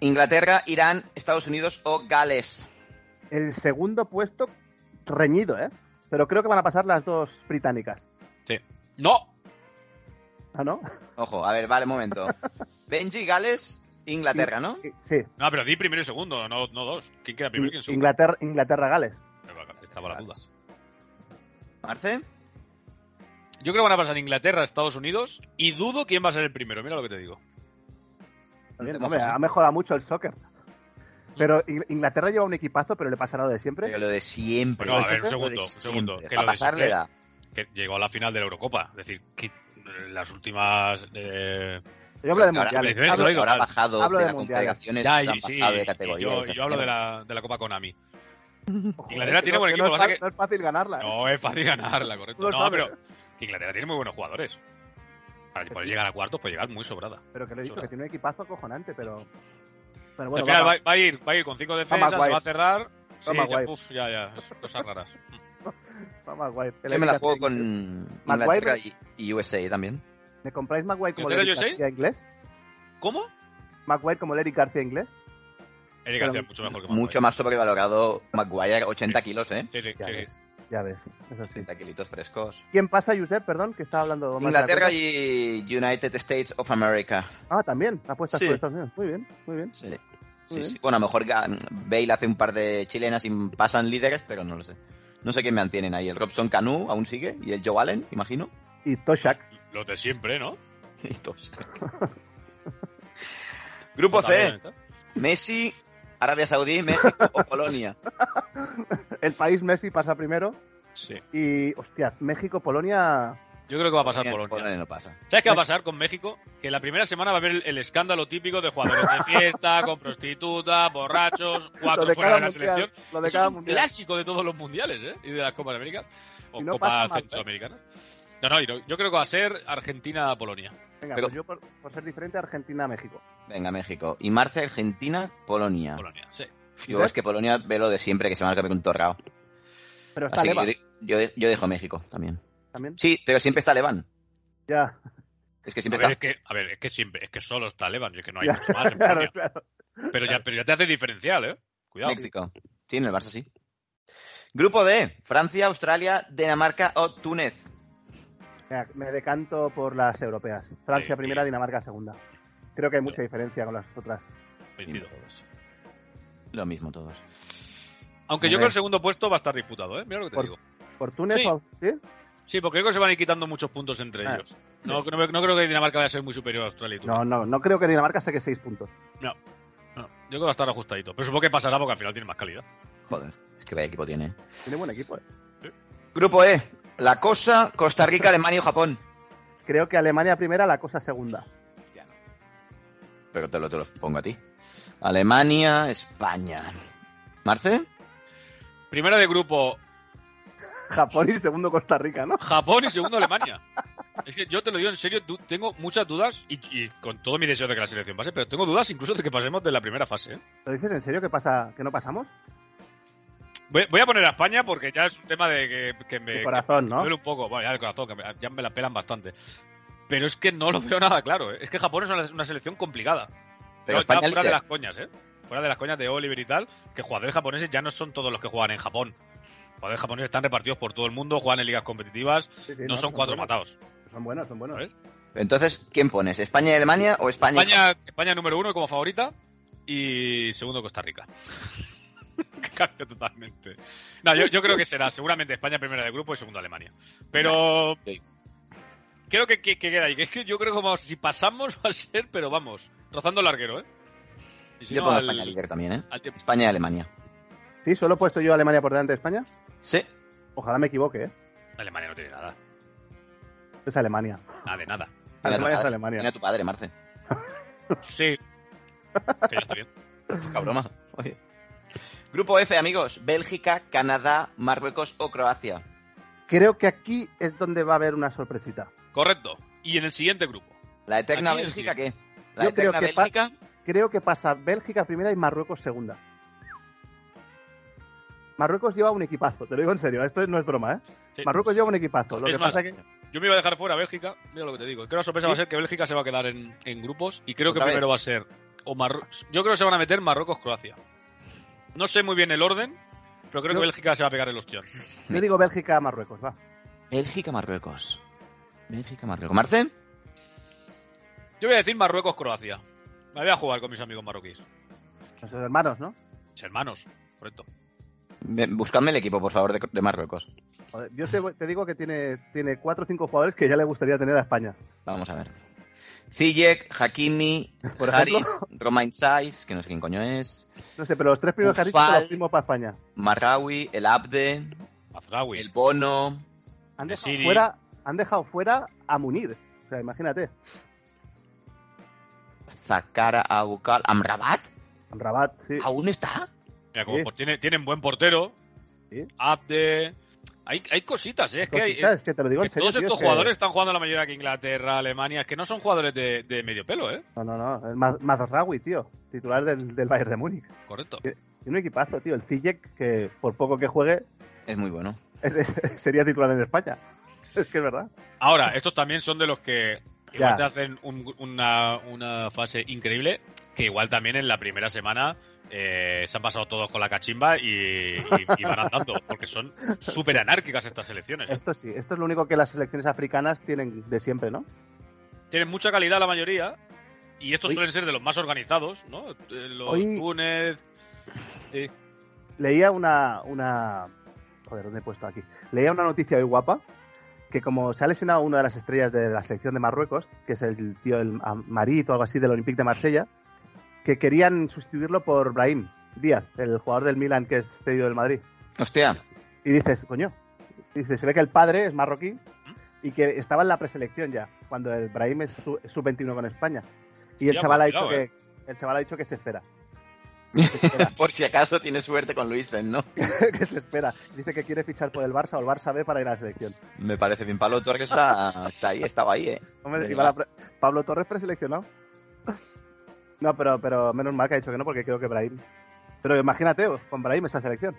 Speaker 2: Inglaterra, Irán, Estados Unidos o Gales.
Speaker 1: El segundo puesto reñido, ¿eh? Pero creo que van a pasar las dos británicas.
Speaker 3: No,
Speaker 1: ¿Ah, no?
Speaker 2: Ojo, a ver, vale, un momento. Benji, Gales, Inglaterra, ¿no?
Speaker 1: Sí.
Speaker 3: no, pero di primero y segundo, no, no dos. ¿Quién queda primero y quién segundo?
Speaker 1: Inglaterra, Inglaterra-Gales.
Speaker 3: Estaba la duda.
Speaker 2: Marce.
Speaker 3: Yo creo que van a pasar Inglaterra, Estados Unidos y dudo quién va a ser el primero. Mira lo que te digo.
Speaker 2: No te
Speaker 1: Bien, hombre,
Speaker 2: mojas,
Speaker 1: ha
Speaker 2: ¿eh?
Speaker 1: mejorado mucho el soccer. Pero Ing- Inglaterra lleva un equipazo, pero le pasará lo de siempre.
Speaker 2: Pero lo de siempre.
Speaker 3: Bueno, a
Speaker 2: lo de
Speaker 3: ver, un
Speaker 2: siempre,
Speaker 3: segundo,
Speaker 2: lo de
Speaker 3: un segundo,
Speaker 2: siempre.
Speaker 3: que
Speaker 2: Para
Speaker 3: lo de
Speaker 2: pasarle
Speaker 3: siempre-
Speaker 2: la-
Speaker 3: Que llegó a la final de la Eurocopa. Es decir, que las últimas. eh,
Speaker 1: Yo hablo de
Speaker 2: Ahora-
Speaker 1: mundiales.
Speaker 3: Dices,
Speaker 1: Hablo-
Speaker 3: lo digo,
Speaker 2: ahora ha
Speaker 3: tal.
Speaker 2: bajado
Speaker 1: Hablo
Speaker 2: de,
Speaker 1: de
Speaker 2: las
Speaker 1: mundiales.
Speaker 2: congregaciones,
Speaker 3: ya,
Speaker 2: han
Speaker 3: y- sí,
Speaker 2: bajado de
Speaker 3: y
Speaker 2: categoría.
Speaker 3: yo,
Speaker 2: esas
Speaker 3: yo hablo de
Speaker 2: mierdas.
Speaker 3: la, de la Copa Konami.
Speaker 1: Joder,
Speaker 3: Inglaterra
Speaker 1: que
Speaker 3: tiene
Speaker 1: eh, no-
Speaker 3: buen
Speaker 1: que
Speaker 3: equipo,
Speaker 1: no, es
Speaker 3: pasa
Speaker 1: fa-
Speaker 3: que-
Speaker 1: no es fácil ganarla. ¿eh?
Speaker 3: No es fácil ganarla,
Speaker 1: Tú
Speaker 3: correcto.
Speaker 1: lo
Speaker 3: No,
Speaker 1: sabes.
Speaker 3: pero Inglaterra tiene muy buenos jugadores. Para poder llegar a cuartos, puede llegar muy sobrada.
Speaker 1: Pero que le he dicho
Speaker 3: Solo.
Speaker 1: que tiene un equipazo acojonante, pero. Pero
Speaker 3: Al
Speaker 1: bueno,
Speaker 3: final
Speaker 1: va-
Speaker 3: va, va a ir, va a ir con cinco defensas, se
Speaker 1: Maguire.
Speaker 3: va a cerrar. Sí,
Speaker 1: Maguire.
Speaker 3: ya, uf, ya, ya, es cosas raras.
Speaker 1: va Maguire.
Speaker 2: Yo me la juego
Speaker 1: Inglaterra-
Speaker 2: con
Speaker 1: Maguire-
Speaker 2: Inglaterra y, y USA también.
Speaker 1: ¿Me compráis Maguire como el
Speaker 3: ¿Inglaterra,
Speaker 1: Eric
Speaker 3: USA?
Speaker 1: García inglés?
Speaker 3: ¿Cómo?
Speaker 1: ¿Maguire como el Eric García inglés?
Speaker 3: Eric García es mucho mejor que Maguire.
Speaker 2: Mucho más sobrevalorado Maguire, 80 kilos, ¿eh?
Speaker 3: Sí, sí,
Speaker 1: Ya
Speaker 3: sí, sí.
Speaker 1: ves, ya ves. Eso sí.
Speaker 2: 80 kilitos frescos.
Speaker 1: ¿Quién pasa, Josep? Perdón, que estaba hablando. más de la
Speaker 2: Inglaterra
Speaker 1: cuenta.
Speaker 2: y United States of America.
Speaker 1: Ah, también. Apuestas
Speaker 2: Sí.
Speaker 1: por Estados Unidos. Muy bien, muy bien.
Speaker 2: Sí.
Speaker 1: Muy
Speaker 2: Sí, sí.
Speaker 1: bien.
Speaker 2: Bueno, a lo mejor gan- Bale hace un par de chilenas y pasan líderes, pero no lo sé. No sé quién mantienen ahí. El Robson Canu aún sigue y el Joe Allen, imagino.
Speaker 1: Y Toshak.
Speaker 3: Los de siempre, ¿no?
Speaker 2: Y todos. Grupo C. Messi, Arabia Saudí, México o Polonia.
Speaker 1: El país Messi pasa primero.
Speaker 3: Sí.
Speaker 1: Y, hostia, México, Polonia.
Speaker 3: Yo creo que va a pasar
Speaker 2: Polonia.
Speaker 3: Polonia.
Speaker 2: no pasa.
Speaker 3: ¿Sabes qué va a
Speaker 1: Pues-
Speaker 3: pasar con México? Que la primera semana va a haber el, el escándalo típico de jugadores de fiesta, con prostitutas, borrachos,
Speaker 1: Lo
Speaker 3: cuatro
Speaker 1: de
Speaker 3: fuera
Speaker 1: cada
Speaker 3: de la
Speaker 1: mundial.
Speaker 3: selección.
Speaker 1: Lo de
Speaker 3: Eso
Speaker 1: cada
Speaker 3: es un
Speaker 1: mundial.
Speaker 3: clásico de todos los mundiales, ¿eh? Y de las Copas Américas. O
Speaker 1: Y no
Speaker 3: Copa
Speaker 1: pasa mal, ¿eh?
Speaker 3: Centroamericana. No, no, y no- yo creo que va a ser Argentina-Polonia.
Speaker 1: Venga,
Speaker 2: Pero-
Speaker 1: pues yo por, por ser diferente, Argentina-México.
Speaker 2: Venga, México. Y Marce, Argentina,
Speaker 1: Ah.
Speaker 2: Polonia.
Speaker 3: Polonia, sí.
Speaker 2: Yo es que Polonia ve lo de siempre, que se marca un torrao.
Speaker 1: Pero está
Speaker 2: Así que yo,
Speaker 1: Leva
Speaker 2: de- yo, de- yo dejo México también.
Speaker 1: también.
Speaker 2: Sí, pero siempre está Leván.
Speaker 1: Ya,
Speaker 2: Es que
Speaker 3: A
Speaker 2: siempre
Speaker 3: ver, es
Speaker 2: está.
Speaker 3: que, a ver, es que siempre, es que solo está Levan, es que no hay
Speaker 1: Ya,
Speaker 3: mucho más en
Speaker 1: claro,
Speaker 3: Polonia.
Speaker 1: claro.
Speaker 3: Pero ya, pero ya te hace diferencial, ¿eh? Cuidado.
Speaker 2: México. Sí, en el Barça sí. Grupo D. Francia, Australia, Dinamarca o Túnez.
Speaker 1: Venga, Me decanto por las europeas. Francia
Speaker 3: Sí,
Speaker 1: primera,
Speaker 3: sí.
Speaker 1: Dinamarca segunda. Creo que hay mucha diferencia con las otras.
Speaker 3: Coincido.
Speaker 2: todos. Lo mismo todos.
Speaker 3: Aunque
Speaker 2: A
Speaker 3: yo
Speaker 2: ver.
Speaker 3: con el segundo puesto va a estar disputado, ¿eh? Mira lo que te
Speaker 1: Por-
Speaker 3: digo.
Speaker 1: ¿Por Túnez
Speaker 3: Sí.
Speaker 1: o sí?
Speaker 3: Sí, porque creo que se van a ir quitando muchos puntos entre
Speaker 1: Ah.
Speaker 3: ellos. No, no, me- no creo que Dinamarca vaya a ser muy superior a Australia y Túnez.
Speaker 1: No, no, no creo que Dinamarca saque seis puntos.
Speaker 3: No, Yo creo que va a estar ajustadito. Pero supongo que pasará porque al final tiene más calidad.
Speaker 2: Joder, es que vaya equipo tiene.
Speaker 1: Tiene buen equipo. eh.
Speaker 2: Grupo E. La Cosa, Costa Rica, Alemania o Japón.
Speaker 1: Creo que Alemania primera, la cosa segunda.
Speaker 2: Pero te lo, te lo pongo a ti. Alemania, España. ¿Marce?
Speaker 3: Primera de grupo,
Speaker 1: Japón y segundo Costa Rica, ¿no?
Speaker 3: Japón y segundo Alemania. Es que yo te lo digo en serio, du- tengo muchas dudas y, y con todo mi deseo de que la selección pase, pero tengo dudas incluso de que pasemos de la primera fase. ¿eh?
Speaker 1: ¿Lo dices en serio que pasa que no pasamos?
Speaker 3: Voy, voy a poner a España porque ya es un tema de que, Eh, que me,
Speaker 1: Tu corazón,
Speaker 3: Me
Speaker 1: ¿no?
Speaker 3: duele un poco, bueno, ya el corazón, que me- ya me la pelan bastante. Pero es que no lo veo nada claro, ¿eh? es que Japón es una, una selección complicada.
Speaker 2: Pero
Speaker 3: No, está
Speaker 2: España
Speaker 3: fuera de
Speaker 2: líder.
Speaker 3: las coñas, ¿eh? Fuera de las coñas de Oliver y tal, que jugadores japoneses ya no son todos los que juegan en Japón. jugadores japoneses están repartidos por todo el mundo, juegan en ligas competitivas,
Speaker 1: Sí, sí,
Speaker 3: no son cuatro
Speaker 1: buenos.
Speaker 3: matados.
Speaker 1: Son buenos, son buenos.
Speaker 3: ¿Eh?
Speaker 2: Entonces, ¿quién pones? ¿España y Alemania o España? y
Speaker 3: España, España número uno como favorita y segundo Costa Rica. Cambio totalmente. No, yo, yo creo que será seguramente España primera de grupo y segundo Alemania. Pero creo que, que- que queda ahí. que Es que yo creo que vamos, si pasamos va a ser, pero vamos, rozando el larguero, ¿eh? Y si
Speaker 2: Yo
Speaker 3: no,
Speaker 2: pongo
Speaker 3: al-
Speaker 2: España líder también, ¿eh?
Speaker 3: al tiempo.
Speaker 2: España y Alemania.
Speaker 1: Sí, solo he puesto yo a Alemania por delante de España.
Speaker 2: Sí.
Speaker 1: Ojalá me equivoque, ¿eh?
Speaker 3: Alemania no tiene nada.
Speaker 1: Es Alemania.
Speaker 3: Nada de nada.
Speaker 2: Mira a tu
Speaker 1: Alemania es
Speaker 2: padre, Mira a
Speaker 1: Alemania.
Speaker 2: tu padre, Marce.
Speaker 3: Sí. Que ya está bien.
Speaker 2: Poca broma. Oye. Grupo F, amigos. Bélgica, Canadá, Marruecos o Croacia.
Speaker 1: Creo que aquí es donde va a haber una sorpresita.
Speaker 3: Correcto. Y en el siguiente grupo.
Speaker 2: ¿La eterna
Speaker 3: Aquí el
Speaker 2: Bélgica qué? ¿La
Speaker 1: Yo creo
Speaker 2: eterna
Speaker 1: que pa-
Speaker 2: Bélgica?
Speaker 1: Creo que pasa Bélgica primera y Marruecos segunda. Marruecos lleva un equipazo, te lo digo en serio, esto no es broma, ¿eh?
Speaker 3: Sí.
Speaker 1: Marruecos lleva un equipazo. Lo
Speaker 3: Es
Speaker 1: que
Speaker 3: más,
Speaker 1: pasa que
Speaker 3: Yo me iba a dejar fuera a Bélgica, mira lo que te digo. Creo que la sorpresa va a ser que Bélgica se va a quedar en, en grupos y creo que
Speaker 2: Otra vez.
Speaker 3: primero va a ser o Marruecos. Yo creo que se van a meter Marruecos-Croacia. No sé muy bien el orden, pero creo
Speaker 1: Yo-
Speaker 3: que Bélgica se va a pegar el ostión.
Speaker 1: yo digo Bélgica a Marruecos, va.
Speaker 2: Bélgica, Marruecos. Bélgica, Marruecos. ¿Marce?
Speaker 3: Yo voy a decir Marruecos-Croacia. Me voy a jugar con mis amigos marroquíes.
Speaker 1: Nuestros hermanos, ¿no?
Speaker 3: Mis hermanos, correcto.
Speaker 2: Ve- Buscadme el equipo, por favor, de, de Marruecos.
Speaker 1: Joder, Yo te, te digo que tiene, tiene cuatro o cinco jugadores que ya le gustaría tener a España.
Speaker 2: Vamos a ver. Ziyech, Hakimi,
Speaker 1: Por
Speaker 2: Harit, Romain Saiz, que no sé quién coño es,
Speaker 1: No sé, pero los tres primeros que has dicho
Speaker 2: Ufal.
Speaker 1: los primos para España.
Speaker 2: Marraui, el Abde,
Speaker 3: Mazraoui.
Speaker 2: el Bono,
Speaker 1: Han
Speaker 3: De
Speaker 1: dejado,
Speaker 3: Siri.
Speaker 1: fuera, han dejado fuera a Munir. O sea, imagínate.
Speaker 2: Zakara Abukal, Amrabat,
Speaker 1: Rabat, sí.
Speaker 2: ¿aún está?
Speaker 3: Mira, como
Speaker 1: Sí.
Speaker 3: por- tiene- tienen buen portero.
Speaker 1: Sí.
Speaker 3: Abde. Hay, hay cositas, ¿eh? Es que, hay-
Speaker 1: Cositas, es que te lo digo
Speaker 3: que
Speaker 1: en serio.
Speaker 3: todos
Speaker 1: tío,
Speaker 3: estos
Speaker 1: es que-
Speaker 3: jugadores están jugando la mayoría que Inglaterra, Alemania. Es que no son jugadores de, de medio pelo, ¿eh?
Speaker 1: No, no, no. es Maz- Mazraoui, tío. Titular del, del Bayern de Múnich.
Speaker 3: Correcto.
Speaker 1: Tiene un equipazo, tío. El Ziyech, que por poco que juegue,
Speaker 2: Es muy bueno.
Speaker 1: es- es- sería titular en España. Es que es verdad.
Speaker 3: Ahora, estos también son de los que igual
Speaker 1: Ya.
Speaker 3: te hacen un- una, una fase increíble, que igual también en la primera semana eh, se han pasado todos con la cachimba y, y- y van andando, porque son súper anárquicas estas selecciones. ¿eh?
Speaker 1: Esto sí. Esto es lo único que las selecciones africanas tienen de siempre, ¿no?
Speaker 3: Tienen mucha calidad la mayoría, y estos
Speaker 1: Hoy-
Speaker 3: suelen ser de los más organizados, ¿no? Eh, Los
Speaker 1: Hoy-
Speaker 3: Túnez...
Speaker 1: leía una, una. Joder, ¿dónde he puesto aquí? Leía una noticia hoy guapa que como se ha lesionado una de las estrellas de la selección de Marruecos, que es el tío el Am- Marit o algo así del Olympique de Marsella, que querían sustituirlo por Brahim Díaz, el jugador del Milan que es cedido del Madrid.
Speaker 2: Hostia,
Speaker 1: Y dices, coño, dice, se ve que el padre es marroquí y que estaba en la preselección ya, cuando el Brahim es su- es sub-21 con España. Y el
Speaker 3: Ya,
Speaker 1: chaval ha
Speaker 3: pues,
Speaker 1: dicho
Speaker 3: cuidado,
Speaker 1: que el chaval ha dicho que se espera. Que se espera.
Speaker 2: por si acaso tienes suerte con Luisen, ¿no?
Speaker 1: que se espera. Dice que quiere fichar por el Barça o el Barça B para ir a la selección.
Speaker 2: Me parece bien. Pablo Torres está, está ahí, estaba ahí, ¿eh?
Speaker 1: Hombre,
Speaker 2: Venga.
Speaker 1: iba la pre- Pablo Torres preseleccionado. No, pero, pero menos mal que ha dicho que no, porque creo que Brahim. Pero imagínate, oh, con Brahim esta selección.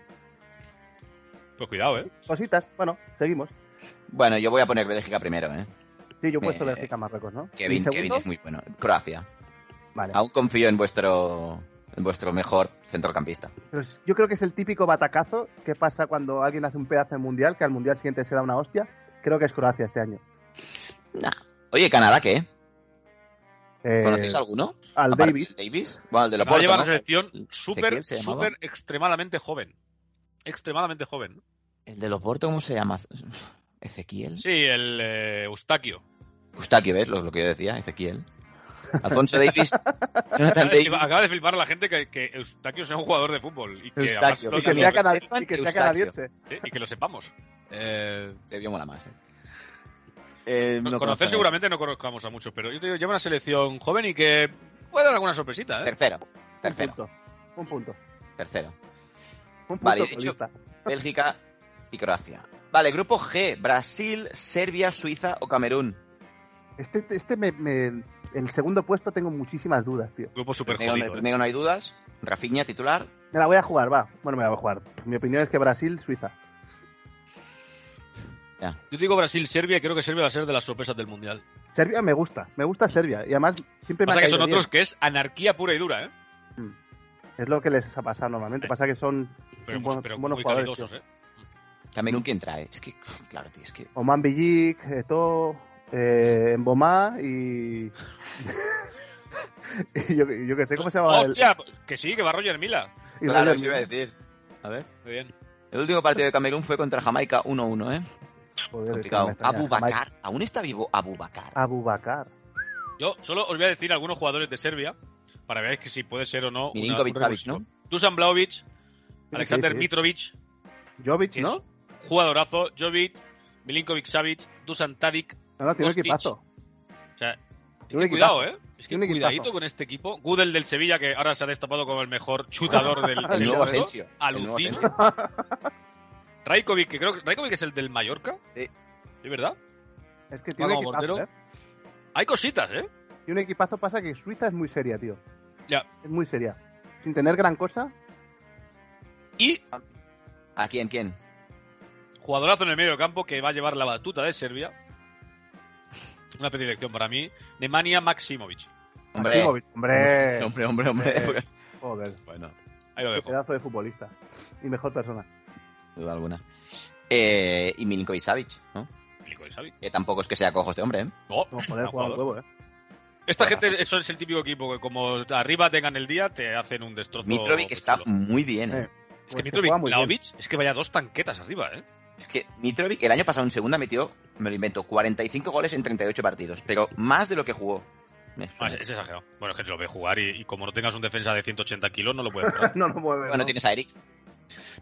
Speaker 3: Pues cuidado, ¿eh?
Speaker 1: Cositas, bueno, seguimos.
Speaker 2: Bueno, yo voy a poner Bélgica primero, ¿eh?
Speaker 1: Sí, yo he puesto
Speaker 2: Eh,
Speaker 1: Bélgica Marruecos, ¿no? ¿Y
Speaker 2: Kevin,
Speaker 1: segundo?
Speaker 2: Kevin es muy bueno. Croacia.
Speaker 1: Vale.
Speaker 2: Aún confío en vuestro, en vuestro mejor centrocampista.
Speaker 1: Pero es- yo creo que es el típico batacazo que pasa cuando alguien hace un pedazo en mundial, que al mundial siguiente se da una hostia. Creo que es Croacia este año.
Speaker 2: Nah. Oye, Canadá, ¿qué?
Speaker 1: Eh,
Speaker 2: ¿Conocéis alguno?
Speaker 1: al
Speaker 2: Aparte
Speaker 1: Davis.
Speaker 2: de Davis. Bueno, el de
Speaker 3: Va a
Speaker 2: Loporto,
Speaker 3: llevar
Speaker 2: ¿no?
Speaker 3: una selección
Speaker 2: Ezequiel
Speaker 3: súper,
Speaker 2: se llamaba.
Speaker 3: súper extremadamente joven. Extremadamente joven.
Speaker 2: El de Loporto, ¿cómo se llama? Ezequiel.
Speaker 3: Sí, el eh, Eustaquio.
Speaker 2: Eustaquio, ¿ves? Lo, lo que yo decía, Ezequiel. Alfonso Davis. Jonathan
Speaker 3: Acaba de,
Speaker 2: Davis.
Speaker 3: flipar- acaba de flipar la gente que, que Eustaquio sea un jugador de fútbol y que, además
Speaker 2: Eustaquio,
Speaker 3: lo-
Speaker 1: Y que sea, cana- y que sea
Speaker 2: Eustaquio.
Speaker 1: canadiense.
Speaker 3: eh, y que lo sepamos.
Speaker 2: Eh, te vio mola más. ¿eh?
Speaker 1: Eh,
Speaker 3: Conocer seguramente no conozcamos a muchos, pero yo te digo, lleva una selección joven y que puede dar alguna sorpresita. ¿eh?
Speaker 2: Tercero.
Speaker 1: Un
Speaker 2: Tercero.
Speaker 1: punto. Un punto.
Speaker 2: Tercero.
Speaker 1: Un punto
Speaker 2: Vale, he dicho-
Speaker 1: solista.
Speaker 2: Bélgica y Croacia. Vale, grupo G. Brasil, Serbia, Suiza o Camerún.
Speaker 1: Este, este- este me, me- El segundo puesto tengo muchísimas dudas, tío.
Speaker 3: Grupo súper
Speaker 2: Primero,
Speaker 3: jodido. ¿eh?
Speaker 2: primero no hay dudas. Rafinha, titular.
Speaker 1: Me la voy a jugar, va. Bueno, me la voy a jugar. Mi opinión es que Brasil, Suiza.
Speaker 3: Yo digo Brasil-Serbia y creo que Serbia va a ser de las sorpresas del Mundial.
Speaker 1: Serbia me gusta, me gusta Serbia. Y además siempre me
Speaker 3: Pasa
Speaker 1: ha
Speaker 3: que
Speaker 1: caído
Speaker 3: son otros
Speaker 1: bien.
Speaker 3: que es anarquía pura y dura, ¿eh?
Speaker 1: Es lo que les ha pasado normalmente. Pasa que son
Speaker 3: Pero,
Speaker 1: Un
Speaker 3: mucho-
Speaker 1: buen-
Speaker 3: pero
Speaker 1: buenos
Speaker 3: muy
Speaker 1: jugadores,
Speaker 3: calidosos, ¿eh?
Speaker 2: Camerún, ¿quién trae? Es que, claro, tío, es que.
Speaker 1: Oman Bellic, Eto, eh, Mbomá y. y yo, yo que sé cómo se llama el.
Speaker 3: ¡Hostia! Que sí, que va Roger Mila.
Speaker 1: y
Speaker 2: Claro,
Speaker 1: Roger
Speaker 2: eso iba a
Speaker 1: Miller.
Speaker 2: decir. A ver.
Speaker 3: Muy bien.
Speaker 2: El último partido de Camerún fue contra Jamaica 1-1, ¿eh?
Speaker 1: Joder,
Speaker 2: Complicado.
Speaker 1: es que me extraña.
Speaker 2: Abu Bakar. ¿Aún está vivo Abu Bakar?
Speaker 1: Ah, Abubakar.
Speaker 3: Yo solo os voy a decir algunos jugadores de Serbia para ver que si puede ser o no. una-
Speaker 2: Milinkovic
Speaker 3: un
Speaker 2: Savic,
Speaker 3: revulsivo.
Speaker 2: ¿no?
Speaker 3: Dusan Blaovic, Alexander
Speaker 1: sí.
Speaker 3: Mitrovic,
Speaker 1: Jovic,
Speaker 3: que
Speaker 1: ¿no?
Speaker 3: es jugadorazo, Jovic, Milinkovic Savic, Dusan Tadic.
Speaker 1: No, no, tiene un
Speaker 3: Kostic.
Speaker 1: equipazo.
Speaker 3: O sea, es
Speaker 1: Tiene un
Speaker 3: que cuidado, ¿eh? Es que
Speaker 1: Tiene un equipazo.
Speaker 3: cuidadito con este equipo. Gudel del Sevilla, que ahora se ha destapado como el mejor chutador del,
Speaker 2: El
Speaker 3: del
Speaker 2: nuevo
Speaker 3: mundo.
Speaker 2: Asensio. El nuevo
Speaker 3: Ah, Alucino.
Speaker 2: Asensio.
Speaker 3: Raikovic, que creo que Raikovic es el del Mallorca.
Speaker 2: Sí.
Speaker 3: ¿De verdad?
Speaker 1: Es que tiene un
Speaker 3: Paco
Speaker 1: equipazo.
Speaker 3: Montero.
Speaker 1: ¿eh?
Speaker 3: Hay cositas, ¿eh?
Speaker 1: Y un equipazo pasa que Suiza es muy seria, tío.
Speaker 3: Ya.
Speaker 1: Es muy seria. Sin tener gran cosa,
Speaker 3: Y
Speaker 2: ¿A quién? ¿Quién?
Speaker 3: jugadorazo en el medio campo que va a llevar la batuta de Serbia. Una predilección para mí. Nemanja Maximovic.
Speaker 2: Hombre.
Speaker 1: Maximovic, hombre,
Speaker 2: Hombre, hombre, hombre.
Speaker 1: Eh. joder,
Speaker 2: Bueno,
Speaker 3: Ahí lo
Speaker 1: qué
Speaker 3: dejo.
Speaker 1: pedazo de futbolista y mejor persona.
Speaker 2: sin duda alguna. Eh, y Milinkovic Savic, ¿no?
Speaker 3: Milinkovic Savic. Oh,
Speaker 2: Que tampoco es que sea cojo este hombre, ¿eh?
Speaker 3: No,
Speaker 1: Como poder
Speaker 3: no,
Speaker 1: jugar un
Speaker 3: jugador.
Speaker 1: huevo, eh.
Speaker 3: Esta gente, eso es el típico equipo que como arriba tengan el día, te hacen un destrozo.
Speaker 2: Mitrovic está
Speaker 3: chulo.
Speaker 2: muy bien, ¿eh?
Speaker 3: Es
Speaker 1: Pues que juega
Speaker 3: que Mitrovic,
Speaker 1: muy bien.
Speaker 3: Vlahovic, es que vaya dos tanquetas arriba, ¿eh?
Speaker 2: Es que Mitrovic el año pasado en segunda metió, me lo invento, 45 goles en 38 partidos, pero más de lo que jugó. Eh, Me
Speaker 3: Ah,
Speaker 2: suena.
Speaker 3: es, es exagerado. Bueno, es que lo ve jugar y, y como no tengas un defensa de 180 kilos, no lo puedes jugar.
Speaker 1: No lo mueve.
Speaker 2: Bueno,
Speaker 1: ¿no?
Speaker 2: tienes a Eric.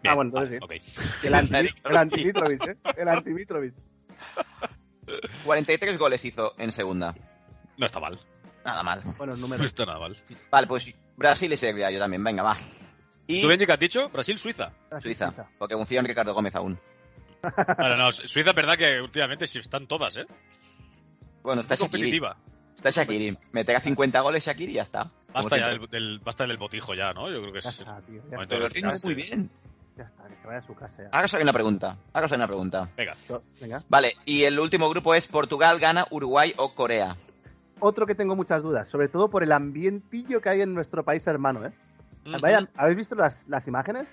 Speaker 3: Bien,
Speaker 1: Ah, bueno, entonces
Speaker 3: vale, ok.
Speaker 1: El anti- el antimitrovic, eh. El antimitrovic.
Speaker 2: 43 goles hizo en segunda.
Speaker 3: No está mal.
Speaker 2: Nada mal.
Speaker 1: Bueno, el
Speaker 3: No
Speaker 1: número.
Speaker 3: está nada mal.
Speaker 2: Vale, pues Brasil y Serbia, yo también, venga, va. Y
Speaker 3: ¿Tú, Benji, qué has dicho? Brasil-Suiza.
Speaker 2: Suiza, porque confío en Ricardo Gómez aún.
Speaker 3: Ahora, no, Suiza es verdad que últimamente sí están todas, ¿eh?
Speaker 2: Bueno, está
Speaker 3: Es
Speaker 2: Shakiri.
Speaker 3: competitiva.
Speaker 2: Está Shakiri. Meterá 50 goles Shakiri y ya está. Como
Speaker 3: Basta ya
Speaker 2: siempre.
Speaker 3: del, del- basta del botijo ya, ¿no? Yo creo que
Speaker 1: Ya
Speaker 3: es...
Speaker 1: está, tío. Ya
Speaker 3: Momento
Speaker 1: está,
Speaker 2: Pero
Speaker 3: de
Speaker 2: rinde muy bien.
Speaker 1: ya está, que se vaya a su casa ya.
Speaker 2: Hágase una pregunta. Hágase una pregunta.
Speaker 3: Venga,
Speaker 1: Yo- Venga.
Speaker 2: Vale, y el último grupo es Portugal, Ghana, Uruguay o Corea.
Speaker 1: Otro que tengo muchas dudas, sobre todo por el ambientillo que hay en nuestro país hermano, eh. Vayan- ¿Habéis visto las, las imágenes?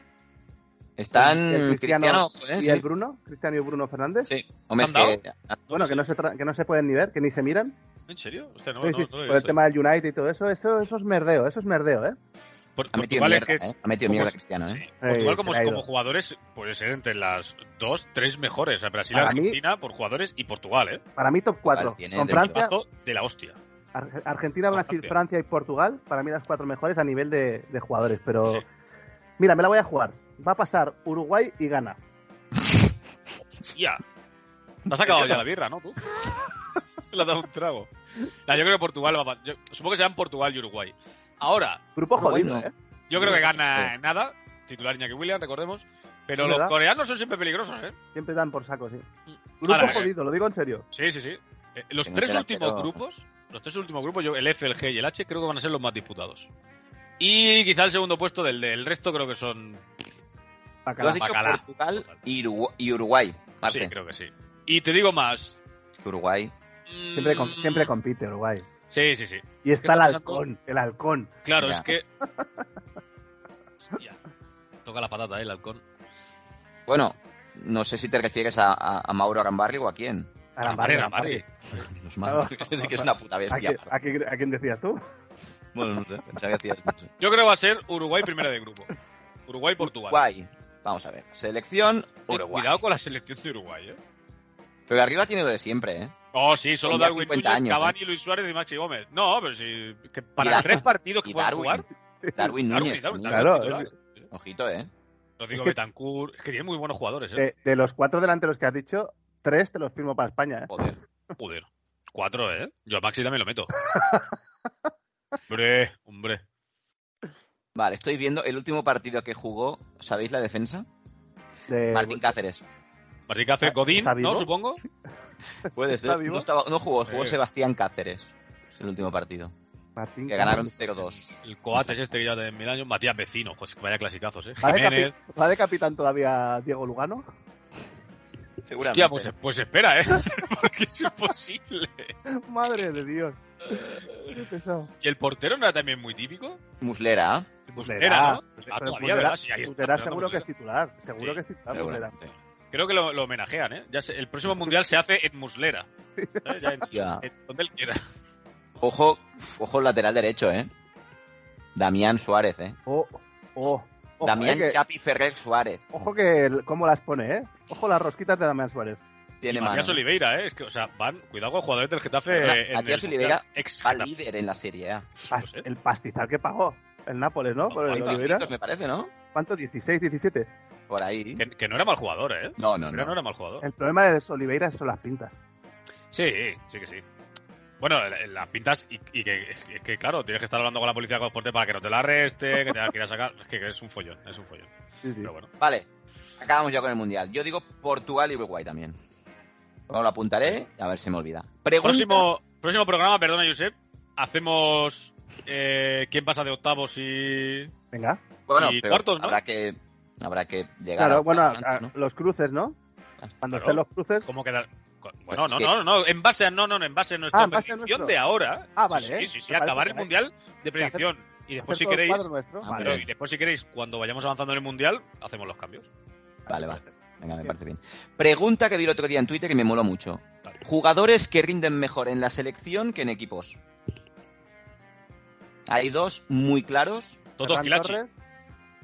Speaker 2: Están
Speaker 1: El
Speaker 2: Cristiano,
Speaker 1: Cristiano
Speaker 2: ¿eh?
Speaker 1: y
Speaker 2: sí.
Speaker 1: el Bruno, Cristiano y Bruno Fernández.
Speaker 2: Sí. Hombre, es
Speaker 3: ¿Han
Speaker 2: que...
Speaker 1: Bueno, que no, se tra- que no se pueden ni ver, que ni se miran.
Speaker 3: ¿en serio? Hostia, no,
Speaker 1: Sí,
Speaker 3: no,
Speaker 1: sí,
Speaker 3: no lo he
Speaker 1: por el
Speaker 3: visto.
Speaker 1: tema del United y todo eso, eso, eso es merdeo, eso es merdeo, ¿eh?
Speaker 3: Por-
Speaker 2: Ha metido
Speaker 3: Portugal es
Speaker 2: mierda,
Speaker 3: que es-
Speaker 2: ¿eh? Ha metido
Speaker 3: como
Speaker 2: mierda
Speaker 3: es-
Speaker 2: Cristiano, ¿eh?
Speaker 3: sí, Portugal
Speaker 1: Eh,
Speaker 3: Pues como,
Speaker 1: se ha ido.
Speaker 3: como jugadores puede ser entre las dos, tres mejores. O sea, Brasil,
Speaker 1: Para mí-
Speaker 3: Argentina por jugadores y Portugal, ¿eh?
Speaker 1: Para mí top 4.
Speaker 2: tiene
Speaker 1: Con
Speaker 2: de
Speaker 1: Francia,
Speaker 3: Pazo de la hostia.
Speaker 1: Ar- Argentina, Brasil,
Speaker 3: Francia.
Speaker 1: Francia y Portugal, para mí las cuatro mejores a nivel de, de jugadores, pero mira, me la voy a jugar. Va a pasar Uruguay y Ghana.
Speaker 3: Ya. Te has acabado ya la birra, ¿no? Tú. Le has dado un trago. Nah, yo creo que Portugal va a... pa- yo- supongo que serán Portugal y Uruguay. Ahora,
Speaker 1: Grupo
Speaker 2: Uruguay
Speaker 1: jodido,
Speaker 2: no.
Speaker 1: ¿eh?
Speaker 3: yo creo que gana
Speaker 2: Sí.
Speaker 3: nada. Titular Iñaki Williams, recordemos. Pero
Speaker 1: Es
Speaker 3: los
Speaker 1: verdad.
Speaker 3: coreanos son siempre peligrosos, ¿eh?
Speaker 1: Siempre dan por saco, sí. Grupo
Speaker 3: Ahora, eh,
Speaker 1: jodido, lo digo en serio.
Speaker 3: Sí, sí, sí. Eh, los
Speaker 2: Tengo
Speaker 3: tres
Speaker 2: que la-
Speaker 3: últimos
Speaker 2: pero-
Speaker 3: grupos, los tres últimos grupos, yo, el F, el G y el H, creo que van a ser los más disputados. Y quizá el segundo puesto del, del resto creo que son...
Speaker 2: Tú
Speaker 1: Bacalao.
Speaker 2: has dicho
Speaker 3: Bacalá.
Speaker 2: Portugal y Urugu- y Uruguay. Marte.
Speaker 3: Sí, creo que sí. Y te digo más.
Speaker 2: que Uruguay.
Speaker 1: Siempre, com-
Speaker 3: Mm,
Speaker 1: siempre compite Uruguay.
Speaker 3: Sí, sí, sí.
Speaker 1: Y está el
Speaker 3: está pasando?
Speaker 1: halcón, el halcón.
Speaker 3: Claro,
Speaker 2: Ya.
Speaker 3: es que... Hostia. Toca la patata, ¿eh? el halcón.
Speaker 2: Bueno, no sé si te refieres a, a- a Mauro Arambarri o a quién.
Speaker 1: Arambarri,
Speaker 3: Arambarri,
Speaker 1: Arambarri.
Speaker 2: Menos mal. Ese sí que es una puta
Speaker 1: ¿A,
Speaker 2: bestia.
Speaker 1: quién- a quién- a quién decías tú?
Speaker 2: Bueno, no sé. Pensaba que decías, no sé.
Speaker 3: Yo creo que va a ser Uruguay primera de grupo. Uruguay-Portugal.
Speaker 2: Uruguay. Vamos a ver. Selección
Speaker 3: Ten
Speaker 2: Uruguay.
Speaker 3: Cuidado con la selección de Uruguay, ¿eh?
Speaker 2: Pero arriba tiene lo de siempre, ¿eh?
Speaker 3: Oh, sí, solo
Speaker 2: Tenía
Speaker 3: Darwin
Speaker 2: 50
Speaker 3: Núñez,
Speaker 2: años, eh.
Speaker 3: Cavani, Luis Suárez y Maxi Gómez. No, pero sí... Que
Speaker 2: Y
Speaker 3: para
Speaker 2: Dar-
Speaker 3: tres partidos que
Speaker 2: Y
Speaker 3: puedan
Speaker 2: Darwin.
Speaker 3: jugar...
Speaker 2: Darwin Núñez.
Speaker 3: Darwin, Darwin,
Speaker 2: también.
Speaker 1: Claro,
Speaker 3: titular.
Speaker 1: es-
Speaker 2: Ojito, ¿eh?
Speaker 3: Lo
Speaker 1: Es
Speaker 3: digo
Speaker 1: que-
Speaker 3: Betancourt, es que tiene muy buenos jugadores, ¿eh?
Speaker 1: De, de los cuatro delanteros que has dicho, tres te los firmo para España, ¿eh?
Speaker 2: Joder.
Speaker 3: Joder. Cuatro, ¿eh? Yo a Maxi también lo meto. hombre, hombre.
Speaker 2: Vale, estoy viendo el último partido que jugó, ¿sabéis la defensa?
Speaker 1: De-
Speaker 2: Martín Cáceres.
Speaker 3: Martín Cáceres,
Speaker 1: ¿Está-
Speaker 3: Godín,
Speaker 1: está
Speaker 3: ¿no?
Speaker 1: vivo?
Speaker 3: Supongo.
Speaker 2: Puede
Speaker 1: ¿Está
Speaker 2: ser.
Speaker 1: vivo?
Speaker 2: No, estaba- no jugó, jugó
Speaker 3: Eh.
Speaker 2: Sebastián Cáceres. El último partido.
Speaker 1: Martín
Speaker 2: Que ganaron
Speaker 1: Cáceres.
Speaker 2: 0-2.
Speaker 3: El Coates este que ya de mil años. Matías Vecino, pues vaya clasicazos, ¿eh?
Speaker 1: ¿Va de,
Speaker 3: Jiménez.
Speaker 1: capi- va de capitán todavía Diego Lugano?
Speaker 2: Seguramente.
Speaker 3: Hostia, pues, pues espera, ¿eh? Porque es imposible.
Speaker 1: Madre de Dios. Qué pesado.
Speaker 3: ¿Y el portero no era también muy típico?
Speaker 2: Muslera, ¿eh?
Speaker 3: Muslera, ¿no? Ah,
Speaker 1: Pero
Speaker 3: todavía,
Speaker 1: Muslera-
Speaker 3: ¿verdad? Sí, ahí está.
Speaker 1: Muslera seguro que es
Speaker 3: Muslera.
Speaker 1: titular. Seguro
Speaker 3: Sí,
Speaker 1: que es titular. Muslera.
Speaker 2: seguramente.
Speaker 3: Creo que lo, lo homenajean, ¿eh? Ya se- el próximo mundial se hace en Muslera. ¿sabes? Ya en-
Speaker 2: Ya.
Speaker 1: Eh,
Speaker 3: en donde él quiera.
Speaker 2: Ojo, ojo lateral derecho, ¿eh? Damián Suárez, ¿eh?
Speaker 1: Oh, oh. Ojo,
Speaker 2: Damián
Speaker 1: eh, que,
Speaker 2: Chapi Ferrer Suárez.
Speaker 1: ojo que el- cómo las pone, ¿eh? Ojo las rosquitas de Damián Suárez.
Speaker 2: Tiene mano.
Speaker 3: Matías Oliveira, ¿eh? Es que, o sea, van, cuidado con los jugadores del Getafe.
Speaker 2: Perdona,
Speaker 3: eh, en
Speaker 2: Matías
Speaker 3: el
Speaker 2: Oliveira
Speaker 3: Mundial. Ex
Speaker 2: Va
Speaker 3: Getafe.
Speaker 2: líder en la Serie A.
Speaker 1: Pas-
Speaker 3: Pues, ¿eh?
Speaker 1: El pastizal que pagó el Nápoles, ¿no? Por el
Speaker 2: ¿Cuántos
Speaker 1: Oliveira.
Speaker 2: puntos me parece, no?
Speaker 1: ¿Cuánto? 16, 17.
Speaker 2: Por ahí.
Speaker 3: Que, que no era mal jugador, ¿eh?
Speaker 2: No, no,
Speaker 3: Pero no.
Speaker 2: no.
Speaker 3: era mal jugador.
Speaker 1: El problema de Oliveira son las pintas.
Speaker 3: Sí, sí que sí. Bueno, la- las pintas y, y que, es que, claro, tienes que estar hablando con la policía con para que no te la arresten, que te la a sacar. Es que es un follón, es un follón.
Speaker 1: Sí, sí.
Speaker 3: Pero bueno.
Speaker 2: Vale, acabamos ya con el Mundial. Yo digo Portugal y Uruguay también. Bueno, lo apuntaré, a ver si me olvida. Pregunta,
Speaker 3: Próximo, próximo programa, perdona, Josep. Hacemos. eh, ¿Quién pasa de octavos y.?
Speaker 1: Venga.
Speaker 2: bueno,
Speaker 3: y
Speaker 2: pero
Speaker 3: cuartos, ¿no?
Speaker 2: habrá que habrá que llegar
Speaker 1: Claro,
Speaker 2: a-
Speaker 1: bueno,
Speaker 2: antes,
Speaker 1: a- a-
Speaker 2: ¿no?
Speaker 1: los cruces, ¿no? Cuando
Speaker 3: Claro.
Speaker 1: estén los cruces.
Speaker 3: ¿Cómo quedar? Bueno,
Speaker 2: Es
Speaker 3: no,
Speaker 2: que-
Speaker 3: no, no, en base a, no, no, en base a nuestra
Speaker 1: Ah, en base a
Speaker 3: predicción
Speaker 1: nuestro.
Speaker 3: de ahora.
Speaker 1: Ah,
Speaker 3: Sí,
Speaker 1: vale,
Speaker 3: Sí,
Speaker 1: ¿eh?
Speaker 3: sí, sí,
Speaker 1: Me parece
Speaker 3: acabar el
Speaker 1: que hay-
Speaker 3: mundial de predicción. Y después, si
Speaker 1: hacer todo el
Speaker 3: queréis,
Speaker 1: cuadro nuestro.
Speaker 2: Ah,
Speaker 3: pero-
Speaker 2: vale.
Speaker 3: y después, si queréis, cuando vayamos avanzando en el mundial, hacemos los cambios.
Speaker 2: Vale, vale. Venga, me
Speaker 1: Sí.
Speaker 2: parece bien. Pregunta que vi el otro día en Twitter y me moló mucho.
Speaker 3: Vale.
Speaker 2: Jugadores que rinden mejor en la selección que en equipos. Hay dos muy claros.
Speaker 3: Todos
Speaker 1: Ferran
Speaker 3: Kilachi.
Speaker 1: Torres,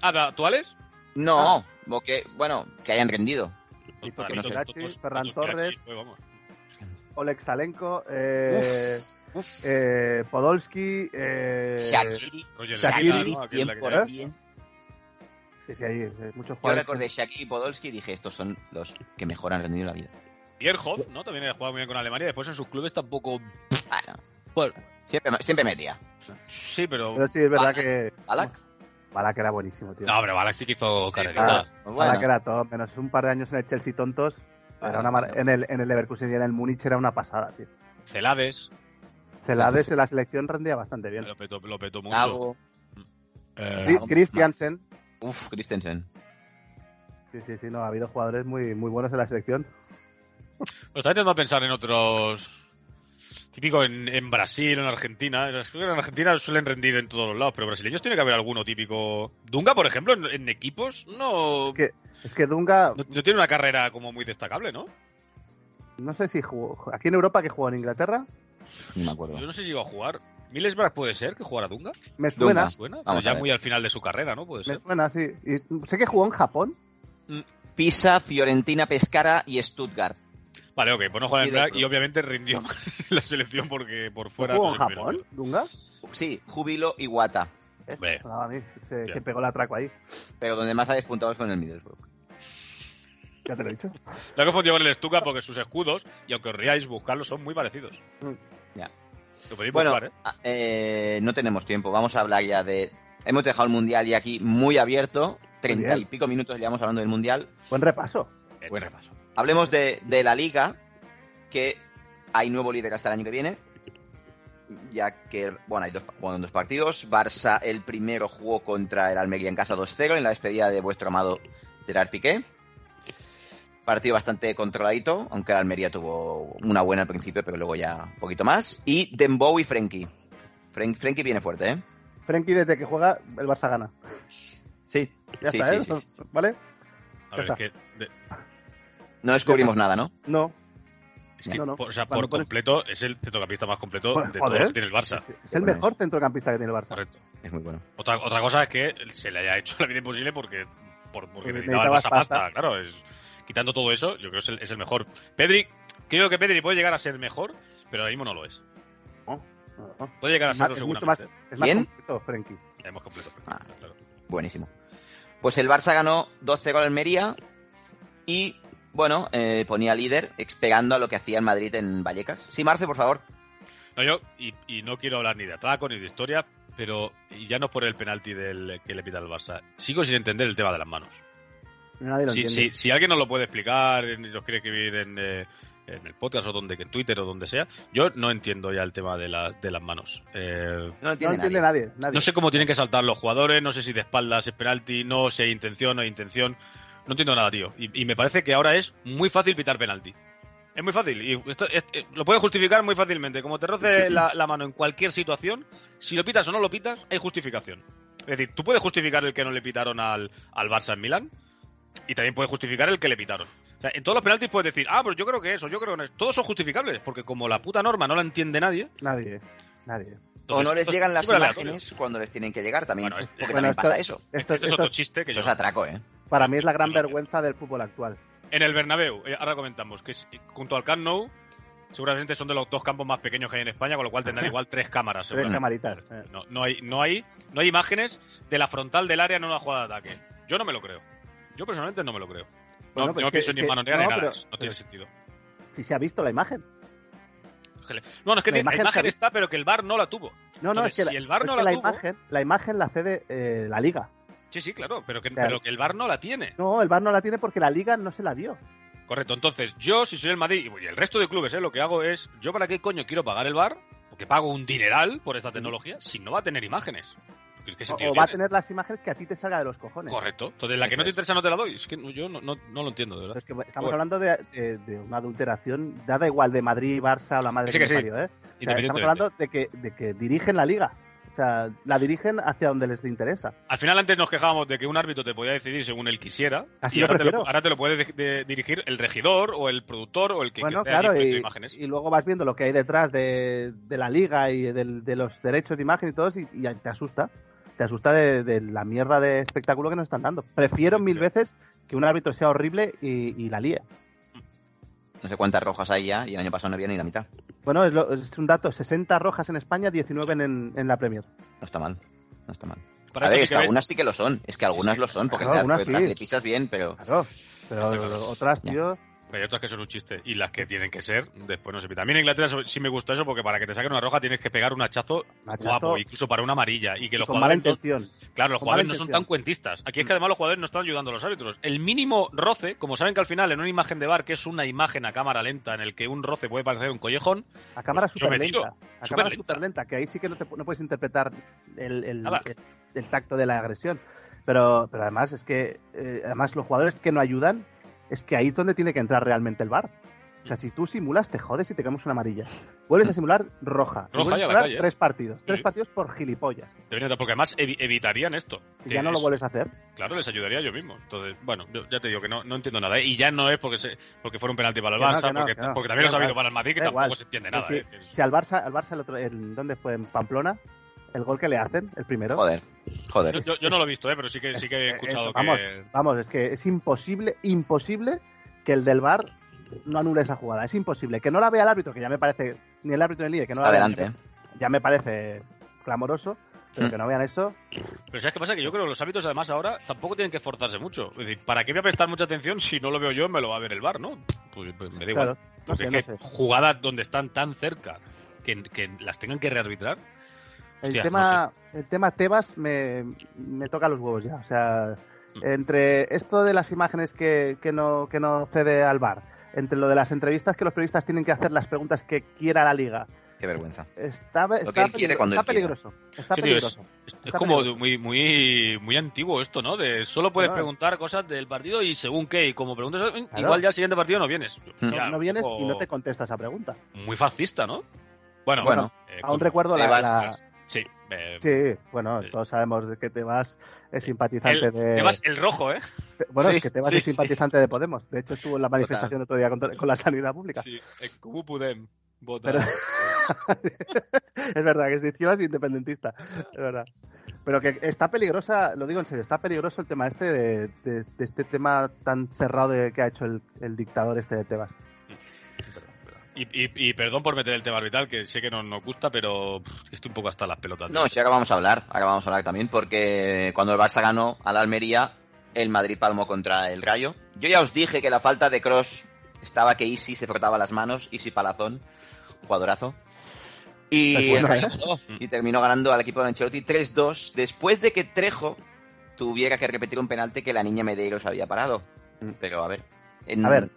Speaker 3: Ah, ¿de ¿actuales?
Speaker 1: Ah.
Speaker 2: No, o que, bueno, que hayan rendido.
Speaker 1: Porque
Speaker 3: Pues para mí
Speaker 2: no sé.
Speaker 3: todos-
Speaker 1: Kilachi,
Speaker 3: todos-
Speaker 1: Ferran
Speaker 3: todos Kilachi,
Speaker 1: Torres.
Speaker 3: pues vamos.
Speaker 1: Oleg Salenko, eh,
Speaker 2: Uf,
Speaker 1: eh, Podolski, eh,
Speaker 2: Shakiri.
Speaker 3: Roger
Speaker 1: Shakiri,
Speaker 3: Lina, ¿no? Aquel-
Speaker 2: 100
Speaker 3: aquel-
Speaker 2: por
Speaker 1: ¿Eh?
Speaker 2: 100.
Speaker 1: sí, sí, hay eh, muchos
Speaker 2: Yo
Speaker 1: jugadores.
Speaker 2: recordé Shakiri y Podolski y dije, estos son los que mejor han rendido en la vida.
Speaker 3: Bierhoff, ¿no? También ha jugado muy bien con Alemania. Después en sus clubes tampoco.
Speaker 2: Bueno,
Speaker 3: Bueno,
Speaker 2: siempre, siempre metía.
Speaker 3: sí, pero.
Speaker 1: Pero sí, es verdad
Speaker 2: Balak.
Speaker 1: que
Speaker 2: Balak.
Speaker 1: Balak era buenísimo, tío.
Speaker 3: No, pero Balak sí que hizo
Speaker 2: Sí,
Speaker 3: carrerita.
Speaker 1: pero-
Speaker 2: Pues
Speaker 1: Balak
Speaker 2: bueno,
Speaker 1: era todo, menos un par de años en el Chelsea tontos. Era una mar- en, el, en el Leverkusen y en el Múnich era una pasada, tío.
Speaker 3: Celades, eh,
Speaker 1: Celades en la selección rendía bastante bien.
Speaker 3: lo petó, lo petó mucho.
Speaker 2: Lago.
Speaker 3: Eh,
Speaker 1: Chris- Christiansen,
Speaker 2: Uf, Christensen.
Speaker 1: sí, sí, sí, no, ha habido jugadores muy, muy buenos en la selección.
Speaker 3: Pues también tengo a pensar en otros. Típico en, en Brasil, en Argentina. Creo que En Argentina suelen rendir en todos los lados, pero brasileños tiene que haber alguno típico. Dunga, por ejemplo, en, en equipos, no,
Speaker 1: Es que, es que Dunga,
Speaker 3: no. no tiene una carrera como muy destacable, ¿no?
Speaker 1: no sé si jugó. Aquí en Europa, que jugó en Inglaterra,
Speaker 2: No me
Speaker 3: Yo
Speaker 2: acuerdo.
Speaker 3: no sé si iba a jugar. Milesberg puede ser que jugara Dunga.
Speaker 1: me suena.
Speaker 2: Dunga.
Speaker 3: Bueno, pero
Speaker 2: Vamos a
Speaker 3: ya
Speaker 2: ver.
Speaker 3: muy al final de su carrera, ¿no? Puede
Speaker 1: Me
Speaker 3: ser.
Speaker 1: suena, sí. Y sé que jugó en Japón.
Speaker 2: Pisa, Fiorentina, Pescara y Stuttgart.
Speaker 3: Vale, ok, pues no juega en
Speaker 2: Y de
Speaker 3: Braga
Speaker 2: pro.
Speaker 3: y obviamente rindió más en la selección porque por fuera.
Speaker 1: ¿Jugó
Speaker 3: no
Speaker 1: en
Speaker 3: se mira.
Speaker 1: Japón, Dunga?
Speaker 2: Sí, Júbilo y Wata.
Speaker 1: Eh,
Speaker 3: Hombre.
Speaker 1: sonaba a mí, que,
Speaker 3: Ya.
Speaker 1: que pegó el atraco ahí.
Speaker 2: Pero donde más ha despuntado fue en el Middlesbrough.
Speaker 1: Ya te lo he dicho.
Speaker 3: La he confundido con el Stuka porque sus escudos, y aunque os riáis, buscarlos son muy parecidos.
Speaker 1: Mm.
Speaker 2: Ya.
Speaker 3: Lo podéis
Speaker 2: Bueno,
Speaker 3: buscar, ¿eh?
Speaker 2: ah, eh, no tenemos tiempo. Vamos a hablar ya de. Hemos dejado el mundial ya aquí muy abierto. Treinta
Speaker 1: bien.
Speaker 2: y pico minutos llevamos hablando del mundial.
Speaker 1: Buen repaso.
Speaker 3: Eh,
Speaker 2: Buen repaso. Hablemos de, de la liga, que hay nuevo líder hasta el año que viene. Ya que, bueno, hay dos, bueno, dos partidos. Barça, el primero jugó contra el Almería en casa 2-0 en la despedida de vuestro amado Gerard Piqué. Partido bastante controladito, aunque el Almería tuvo una buena al principio, pero luego ya un poquito más. Y Dembow y Frenkie. Fren- Frenkie viene fuerte, ¿eh?
Speaker 1: Frenkie, desde que juega, el Barça gana.
Speaker 2: Sí,
Speaker 1: Ya
Speaker 2: sí,
Speaker 1: está,
Speaker 2: sí,
Speaker 1: ¿eh?
Speaker 2: sí, sí.
Speaker 1: ¿Vale?
Speaker 3: A ver,
Speaker 1: ya
Speaker 3: es que, de-
Speaker 2: No descubrimos nada, ¿no?
Speaker 1: No.
Speaker 3: es que
Speaker 1: No, no.
Speaker 3: por- o sea,
Speaker 1: Cuando
Speaker 3: por
Speaker 1: pones-
Speaker 3: completo, es el centrocampista más completo
Speaker 1: Joder.
Speaker 3: de todos los que tiene el Barça.
Speaker 1: Es, que es el
Speaker 2: Bueno,
Speaker 1: mejor centrocampista que tiene el Barça.
Speaker 3: Correcto.
Speaker 2: Es muy bueno.
Speaker 3: Otra, otra cosa es que se le haya hecho la vida imposible porque, por, porque
Speaker 1: Porque
Speaker 3: necesitaba el
Speaker 1: necesitabas
Speaker 3: Barça pasta. Claro, es- quitando todo eso, yo creo que es el, es el mejor. Pedri, creo que Pedri puede llegar a ser mejor, pero ahora mismo no lo es.
Speaker 1: No, no.
Speaker 3: Puede llegar a
Speaker 1: Es más-
Speaker 3: serlo
Speaker 1: es mucho
Speaker 3: seguramente.
Speaker 1: más, es más
Speaker 2: ¿Quién?
Speaker 1: completo, Frenkie.
Speaker 3: Ya hemos completo.
Speaker 2: Ah.
Speaker 3: Claro.
Speaker 2: Buenísimo. Pues el Barça ganó 12 con Almería y, bueno, eh, ponía líder esperando a lo que hacía el Madrid en Vallecas. Sí, Marce, por favor.
Speaker 3: No, yo, y, y no quiero hablar ni de atraco ni de historia, pero y ya no por el penalti del que le pita el Barça. Sigo sin entender el tema de las manos.
Speaker 1: Nadie lo
Speaker 3: Si, si,
Speaker 1: entiende.
Speaker 3: si alguien nos lo puede explicar, eh, nos quiere escribir en, eh, en el podcast o donde, en Twitter o donde sea, yo no entiendo ya el tema de, la- de las manos. Eh,
Speaker 2: No lo
Speaker 1: No lo
Speaker 2: entiende
Speaker 1: entiende
Speaker 2: nadie.
Speaker 1: nadie. nadie.
Speaker 3: no sé cómo tienen que saltar los jugadores, no sé si de espaldas es penalti, no sé intención, no hay intención. No entiendo nada, tío. Y, y me parece que ahora es muy fácil pitar penalti. Es muy fácil. Y esto- es- eh, lo puedes justificar muy fácilmente. Como te roce la, la mano en cualquier situación, si lo pitas o no lo pitas, hay justificación. Es decir, tú puedes justificar el que no le pitaron al, al Barça en Milán y también puedes justificar el que le pitaron. O sea, en todos los penaltis puedes decir, ah, pues yo creo que eso, yo creo que eso. Todos son justificables, porque como la puta norma no la entiende nadie.
Speaker 1: Nadie, nadie.
Speaker 2: O no les
Speaker 3: entonces,
Speaker 2: llegan las
Speaker 3: súper aleatorio.
Speaker 2: imágenes cuando les tienen que llegar también.
Speaker 3: Bueno, es-
Speaker 2: porque
Speaker 1: bueno,
Speaker 2: también
Speaker 1: esto-
Speaker 2: pasa eso.
Speaker 1: Esto,
Speaker 3: Este es
Speaker 1: esto-
Speaker 3: otro chiste que
Speaker 2: Eso
Speaker 3: yo.
Speaker 2: es atraco, ¿eh?
Speaker 1: para mí es la gran vergüenza del fútbol actual.
Speaker 3: En el Bernabéu, eh, ahora comentamos, que es- junto al Camp Nou, seguramente son de los dos campos más pequeños que hay en España, con lo cual tendrán igual tres cámaras.
Speaker 1: Tres
Speaker 3: seguramente.
Speaker 1: camaritas. eh.
Speaker 3: No, no hay, no hay, no hay imágenes de la frontal del área en una jugada de ataque. Yo no me lo creo. Yo personalmente no me lo creo.
Speaker 1: Bueno, pero
Speaker 3: no no
Speaker 1: es que-
Speaker 3: pienso
Speaker 1: es
Speaker 3: ni
Speaker 1: que-
Speaker 3: en manonear ni
Speaker 1: no,
Speaker 3: nada. de
Speaker 1: pero-
Speaker 3: eso. no
Speaker 1: pero-
Speaker 3: tiene sentido.
Speaker 1: Si se ha visto la imagen.
Speaker 3: Es que le- No, no, es que
Speaker 1: La
Speaker 3: tiene- la
Speaker 1: imagen
Speaker 3: imagen,
Speaker 1: se ha visto.
Speaker 3: está, pero que el bar no la tuvo.
Speaker 1: No, no,
Speaker 3: Entonces,
Speaker 1: es que,
Speaker 3: si
Speaker 1: la-
Speaker 3: el VAR
Speaker 1: es
Speaker 3: no
Speaker 1: que
Speaker 3: la
Speaker 1: la,
Speaker 3: tuvo-
Speaker 1: imagen, la imagen la cede eh, la liga.
Speaker 3: Sí, sí, claro, pero que,
Speaker 1: Claro.
Speaker 3: pero que el bar no la tiene.
Speaker 1: No, el VAR no la tiene porque la liga no se la dio.
Speaker 3: Correcto, entonces yo, si soy el Madrid y el resto de clubes, ¿eh? lo que hago es, ¿yo para qué coño quiero pagar el bar? Porque pago un dineral por esta tecnología si no va a tener imágenes. ¿Qué
Speaker 1: O,
Speaker 3: sentido
Speaker 1: o va a
Speaker 3: tiene?
Speaker 1: tener las imágenes que a ti te salga de los cojones.
Speaker 3: Correcto. Entonces, la que
Speaker 2: Eso
Speaker 3: no te
Speaker 2: es.
Speaker 3: interesa no te la doy. Es que no- yo no, no- no lo entiendo, de verdad.
Speaker 1: Es que estamos
Speaker 3: Bueno.
Speaker 1: hablando de, de- de una adulteración, da da igual de Madrid, Barça o la madre
Speaker 3: Sí
Speaker 1: que
Speaker 3: que
Speaker 1: me
Speaker 3: sí.
Speaker 1: parió, ¿eh? O sea, estamos
Speaker 3: Independientemente.
Speaker 1: hablando de que, de que dirigen la liga. O sea, la dirigen hacia donde les interesa.
Speaker 3: Al final antes nos quejábamos de que un árbitro te podía decidir según él quisiera
Speaker 1: Así
Speaker 3: y
Speaker 1: lo
Speaker 3: ahora te, lo,
Speaker 1: prefiero.
Speaker 3: ahora te lo puede de- de- dirigir el regidor o el productor o el que, que
Speaker 1: bueno,
Speaker 3: esté
Speaker 1: claro,
Speaker 3: ahí poniendo
Speaker 1: y,
Speaker 3: imágenes.
Speaker 1: y luego vas viendo lo que hay detrás de, de la liga y del- de los derechos de imagen y todo, y, y te asusta. Te asusta de, de la mierda de espectáculo que nos están dando. Prefiero mil veces que un árbitro sea horrible y, y la líe.
Speaker 2: No sé cuántas rojas hay ya y el año pasado no había ni la mitad.
Speaker 1: Bueno, es, lo- es un dato: 60 rojas en España, 19 en, en la Premier.
Speaker 2: No está mal. No está mal.
Speaker 3: Para
Speaker 2: a
Speaker 3: eso
Speaker 2: ver,
Speaker 3: sí
Speaker 2: es que
Speaker 3: ves-
Speaker 2: algunas sí que lo son. Es que algunas lo son, porque
Speaker 1: claro,
Speaker 2: te-
Speaker 1: algunas
Speaker 2: porque
Speaker 1: sí.
Speaker 2: le pisas bien, pero.
Speaker 1: Claro, pero otras,
Speaker 2: Ya.
Speaker 1: tío.
Speaker 3: pero hay otras que son un chiste y las que tienen que ser, después no se pita. A mí en Inglaterra so- sí me gusta eso porque para que te saquen una roja tienes que pegar un hachazo,
Speaker 1: Hachazo.
Speaker 3: guapo, incluso para una amarilla. Y que los
Speaker 1: con mala
Speaker 3: jugadores, no-
Speaker 1: intención.
Speaker 3: claro, los
Speaker 1: con mala
Speaker 3: jugadores no son
Speaker 1: intención. Mm.
Speaker 3: tan cuentistas. Aquí es que además los jugadores no están ayudando a los árbitros. El mínimo roce, como saben que al final en una imagen de bar, que es una imagen a cámara lenta en el que un roce puede parecer un collejón,
Speaker 1: A cámara
Speaker 3: Pues yo
Speaker 1: súper
Speaker 3: me tiro.
Speaker 1: lenta. A
Speaker 3: Súper
Speaker 1: cámara
Speaker 3: lenta.
Speaker 1: súper lenta, que ahí sí que no, te pu- no puedes interpretar el, el,
Speaker 3: Nada.
Speaker 1: el- el tacto de la agresión. Pero, pero además es que eh, además los jugadores que no ayudan es que ahí es donde tiene que entrar realmente el bar. O sea, si tú simulas, te jodes y te quedamos una amarilla. Vuelves a simular roja. Y vuelves
Speaker 3: Roja y a la
Speaker 1: simular
Speaker 3: calle, ¿eh?
Speaker 1: tres partidos. Tres
Speaker 3: Sí.
Speaker 1: partidos por gilipollas.
Speaker 3: deberían dar- porque además evi- evitarían esto.
Speaker 1: Y
Speaker 3: que
Speaker 1: ya no lo
Speaker 3: es-
Speaker 1: vuelves a hacer.
Speaker 3: Claro, les ayudaría yo mismo. Entonces, bueno, yo- ya te digo que no, no entiendo nada. ¿eh? Y ya no es porque se, porque fuera un penalti para el
Speaker 1: Que no,
Speaker 3: Barça,
Speaker 1: que no,
Speaker 3: porque,
Speaker 1: que no.
Speaker 3: porque también
Speaker 1: Da
Speaker 3: los ha habido
Speaker 1: igual.
Speaker 3: para el Madrid, que
Speaker 1: Da
Speaker 3: tampoco
Speaker 1: igual.
Speaker 3: se entiende nada.
Speaker 1: Sí.
Speaker 3: ¿eh? Es-
Speaker 1: Si al Barça, al Barça el otro, el- ¿dónde fue? En Pamplona, el gol que le hacen, el primero.
Speaker 2: Joder.
Speaker 3: Yo,
Speaker 2: Joder.
Speaker 3: yo- yo no lo he visto, ¿eh? pero sí que, sí que he
Speaker 1: Es-
Speaker 3: escuchado
Speaker 1: eso, vamos,
Speaker 3: que...
Speaker 1: vamos, es que es imposible, imposible que el del bar no anule esa jugada. Es imposible. Que no la vea el árbitro, que ya me parece, ni el árbitro ni el líder, que no
Speaker 2: Está
Speaker 1: la vea,
Speaker 2: adelante, ¿eh?
Speaker 1: Ya me parece clamoroso, pero
Speaker 2: Mm.
Speaker 1: que no vean eso.
Speaker 3: Pero ¿sabes qué pasa? Que yo creo que los hábitos además ahora tampoco tienen que esforzarse mucho. Es decir, ¿para qué voy a prestar mucha atención si no lo veo yo, me lo va a ver el bar, ¿no? Pues, pues me da igual.
Speaker 1: Claro, no
Speaker 3: Porque
Speaker 1: sé,
Speaker 3: es
Speaker 1: no
Speaker 3: que
Speaker 1: sé.
Speaker 3: jugadas donde están tan cerca que, que las tengan que rearbitrar.
Speaker 1: El
Speaker 3: Hostia,
Speaker 1: tema, el tema Tebas me, me toca los huevos ya. O sea,
Speaker 3: Mm.
Speaker 1: entre esto de las imágenes que, que no, que no cede al bar, entre lo de las entrevistas que los periodistas tienen que hacer las preguntas que quiera la liga,
Speaker 2: Qué vergüenza.
Speaker 1: está, está,
Speaker 2: que él quiere
Speaker 1: peligro-
Speaker 2: cuando él
Speaker 1: está
Speaker 2: quiera.
Speaker 1: peligroso. Está
Speaker 3: Sí, tío, es-
Speaker 1: peligroso.
Speaker 3: Es, es
Speaker 1: Está
Speaker 3: como
Speaker 1: peligroso.
Speaker 3: muy, muy, muy antiguo esto, ¿no? De solo puedes
Speaker 1: Claro.
Speaker 3: preguntar cosas del partido y según qué. Y como preguntas, eh,
Speaker 1: Claro.
Speaker 3: igual ya al siguiente partido no vienes.
Speaker 2: No-
Speaker 1: No,
Speaker 3: Ya,
Speaker 1: no vienes
Speaker 3: un poco
Speaker 1: y no te contesta esa pregunta.
Speaker 3: Muy fascista, ¿no? Bueno,
Speaker 2: Bueno,
Speaker 3: eh,
Speaker 1: Aún
Speaker 3: con-
Speaker 1: recuerdo la,
Speaker 2: Tebas-
Speaker 1: la-
Speaker 3: Sí, eh,
Speaker 1: Sí, bueno,
Speaker 3: Sí.
Speaker 1: todos sabemos de que te vas es
Speaker 3: el,
Speaker 1: simpatizante de...
Speaker 3: te vas el rojo, ¿eh?
Speaker 1: te- Bueno,
Speaker 2: Sí,
Speaker 1: es que te vas
Speaker 2: sí,
Speaker 1: es
Speaker 2: sí,
Speaker 1: simpatizante de Podemos. De hecho, estuvo en la manifestación otro día con, con la sanidad pública.
Speaker 3: Sí, el cubo Pudem. Vota.
Speaker 1: Pero- es verdad que es de izquierdas y independentista. Es verdad. Pero que está peligrosa, lo digo en serio, está peligroso el tema este de, de- de este tema tan cerrado de, que ha hecho el, el dictador este de Tebas.
Speaker 3: Y, y- y perdón por meter el tema arbitral, que sé que no nos gusta, pero pff, estoy un poco hasta las pelotas.
Speaker 2: No, sí, ahora vamos a hablar. Ahora vamos a hablar también, porque cuando el Barça ganó a la Almería, el Madrid palmó contra el Rayo. Yo ya os dije que la falta de cross estaba que Isi se frotaba las manos, Isi Palazón, jugadorazo. Y,
Speaker 1: Pues bueno,
Speaker 2: el Rayo ganó, y terminó ganando al equipo de Ancelotti 3-2, después de que Trejo tuviera que repetir un penalti que la niña Medeiros había parado. Pero a ver. en-
Speaker 1: Mm. A ver,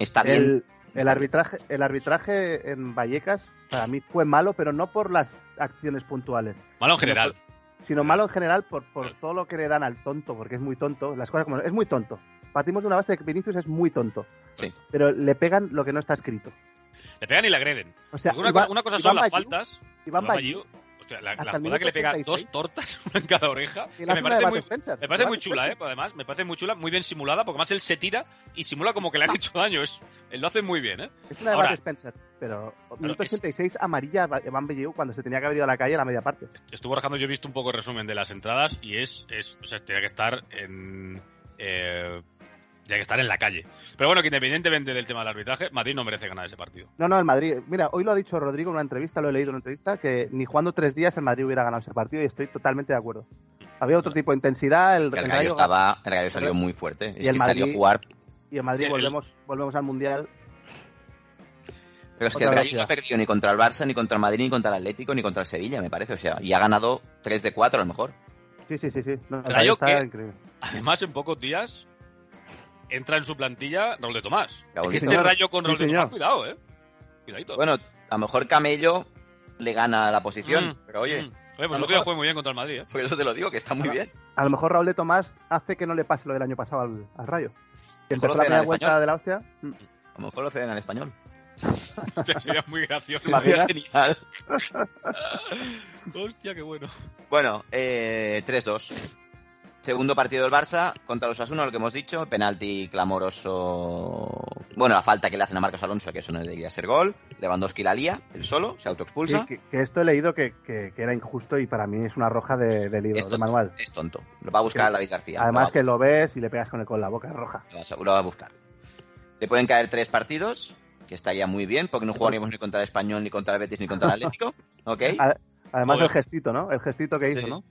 Speaker 2: Está bien.
Speaker 1: El, el arbitraje, el arbitraje en Vallecas para mí fue malo, pero no por las acciones puntuales,
Speaker 3: Malo en general.
Speaker 1: sino malo en general por, por todo lo que le dan al tonto, porque es muy tonto. Las cosas como es muy tonto. Partimos de una base de que Vinicius es muy tonto,
Speaker 2: Sí.
Speaker 1: pero le pegan lo que no está escrito.
Speaker 3: Le pegan y le agreden.
Speaker 1: O sea,
Speaker 3: Porque una,
Speaker 1: Iván-
Speaker 3: co- una cosa
Speaker 1: Iván
Speaker 3: son las
Speaker 1: Ballou-
Speaker 3: faltas.
Speaker 1: Iván
Speaker 3: Iván
Speaker 1: Ballou
Speaker 3: Ballou, Hostia, la, la
Speaker 1: Hasta el
Speaker 3: joda que le pega
Speaker 1: minuto 86.
Speaker 3: dos tortas, una en cada oreja.
Speaker 1: Y
Speaker 3: que
Speaker 1: la
Speaker 3: me
Speaker 1: hace una de
Speaker 3: parece,
Speaker 1: Bud
Speaker 3: muy,
Speaker 1: Spencer.
Speaker 3: me parece
Speaker 1: Bud
Speaker 3: muy chula, ¿eh?
Speaker 1: Spencer.
Speaker 3: Además, me parece muy chula, muy bien simulada, porque además él se tira y simula como que le han hecho daño. Es, él lo hace muy bien, ¿eh?
Speaker 1: Es una de
Speaker 3: Ahora-
Speaker 1: Bud Spencer, pero minuto
Speaker 3: es-
Speaker 1: 86 amarilla va- Van Belleu cuando se tenía que haber ido a la calle a la media parte.
Speaker 3: Estuve rascando, yo he visto un poco el resumen de las entradas y es, es o sea, tenía que estar en... eh, tenía que estar en la calle. Pero bueno, que independientemente del tema del arbitraje, Madrid no merece ganar ese partido.
Speaker 1: No, no, el Madrid. Mira, hoy lo ha dicho Rodrigo en una entrevista, lo he leído en una entrevista, que ni jugando tres días el Madrid hubiera ganado ese partido y estoy totalmente de acuerdo. Había otro tipo de intensidad, el,
Speaker 2: Que El
Speaker 1: el
Speaker 2: gallo
Speaker 1: Rayo-
Speaker 2: estaba, el gallo salió muy fuerte. Es
Speaker 1: el
Speaker 2: que salió a
Speaker 1: Madrid-
Speaker 2: jugar.
Speaker 1: y el Madrid
Speaker 3: el-
Speaker 1: volvemos, volvemos al Mundial.
Speaker 2: Pero es que
Speaker 1: otra
Speaker 2: el gallo
Speaker 1: velocidad.
Speaker 2: no ha perdido ni contra el Barça, ni contra el Madrid, ni contra el Atlético, ni contra el Sevilla, me parece. O sea, y ha ganado 3 de 4 a lo mejor.
Speaker 1: Sí, sí, sí, sí. No, el
Speaker 3: Rayo
Speaker 1: Rayo está
Speaker 3: que-
Speaker 1: increíble.
Speaker 3: Además, en pocos días entra en su plantilla Raúl de Tomás.
Speaker 2: Raúl de
Speaker 3: Es que este
Speaker 1: Tomás.
Speaker 3: rayo con
Speaker 1: Sí,
Speaker 3: Raúl de
Speaker 1: señor.
Speaker 3: Tomás, cuidado, ¿eh? Cuidadito.
Speaker 2: Bueno, a lo mejor Camello le gana la posición,
Speaker 3: Mm,
Speaker 2: pero oye,
Speaker 3: Mm. Oye,
Speaker 2: a
Speaker 3: pues
Speaker 2: lo
Speaker 3: lo que ya
Speaker 2: mejor-
Speaker 3: jugué muy bien contra el Madrid, ¿eh?
Speaker 2: por eso te lo digo, que está muy
Speaker 1: Ahora,
Speaker 2: bien.
Speaker 1: A lo mejor Raúl de Tomás hace que no le pase lo del año pasado al, al Rayo.
Speaker 2: Mejor
Speaker 1: Que empezó
Speaker 2: lo
Speaker 1: la
Speaker 2: ceden
Speaker 1: primera
Speaker 2: al
Speaker 1: vuelta
Speaker 2: español.
Speaker 1: de la hostia. Mm.
Speaker 2: A lo mejor lo ceden al español.
Speaker 3: Hostia, Este sería muy gracioso.
Speaker 1: Vale.
Speaker 2: Sería
Speaker 1: imaginas?
Speaker 2: genial.
Speaker 3: Hostia, qué bueno.
Speaker 2: Bueno, eh, 3-2. Segundo partido del Barça contra los Asunos, lo que hemos dicho. Penalti clamoroso. Bueno, la falta que le hacen a Marcos Alonso, que eso no debería ser gol. Lewandowski la lía, él solo, se autoexpulsa.
Speaker 1: Sí, que, que esto he leído que, que- que era injusto y para mí es una roja de, de libro,
Speaker 2: Es
Speaker 1: de
Speaker 2: tonto.
Speaker 1: manual.
Speaker 2: Es tonto. Lo va a buscar
Speaker 1: Sí.
Speaker 2: David García.
Speaker 1: Además
Speaker 2: lo
Speaker 1: que lo ves y le pegas con el con la boca es roja.
Speaker 2: va, a bus- lo va a buscar. Le pueden caer tres partidos, que estaría muy bien, porque no jugaríamos ni contra el Español, ni contra el Betis, ni contra el Atlético. ¿Ok?
Speaker 1: A- Además
Speaker 3: Joder.
Speaker 1: el gestito, ¿no? El gestito que
Speaker 2: Sí.
Speaker 1: hizo, ¿no?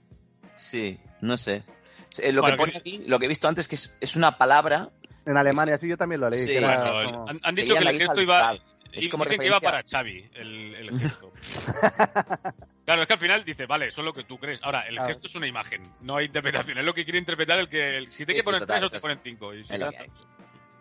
Speaker 2: Sí, no sé. Eh, lo
Speaker 3: Bueno,
Speaker 2: que pone
Speaker 3: que-
Speaker 2: aquí, lo que he visto antes, que es, es una palabra
Speaker 1: En Alemania, sí, yo también lo leí.
Speaker 2: Sí,
Speaker 1: que era
Speaker 2: Bueno,
Speaker 3: Bueno,
Speaker 1: como-
Speaker 3: han, han dicho
Speaker 2: Seguía
Speaker 3: que
Speaker 2: la
Speaker 3: el
Speaker 2: hija
Speaker 3: gesto
Speaker 2: del
Speaker 3: iba,
Speaker 2: Zag. Es como
Speaker 3: dicen que iba
Speaker 2: referencia.
Speaker 3: para Xavi, el, el gesto. claro, es que al final dice, vale, eso es lo que tú crees. Ahora, el
Speaker 1: Claro.
Speaker 3: gesto es una imagen, no hay interpretación. Es lo que quiere interpretar el que... el- si te
Speaker 2: Sí,
Speaker 3: que
Speaker 2: sí,
Speaker 3: ponen
Speaker 2: total,
Speaker 3: tres o
Speaker 2: eso
Speaker 3: te
Speaker 2: es-
Speaker 3: ponen cinco. Y si
Speaker 2: es lo
Speaker 3: ya
Speaker 2: que
Speaker 3: está.
Speaker 2: hay.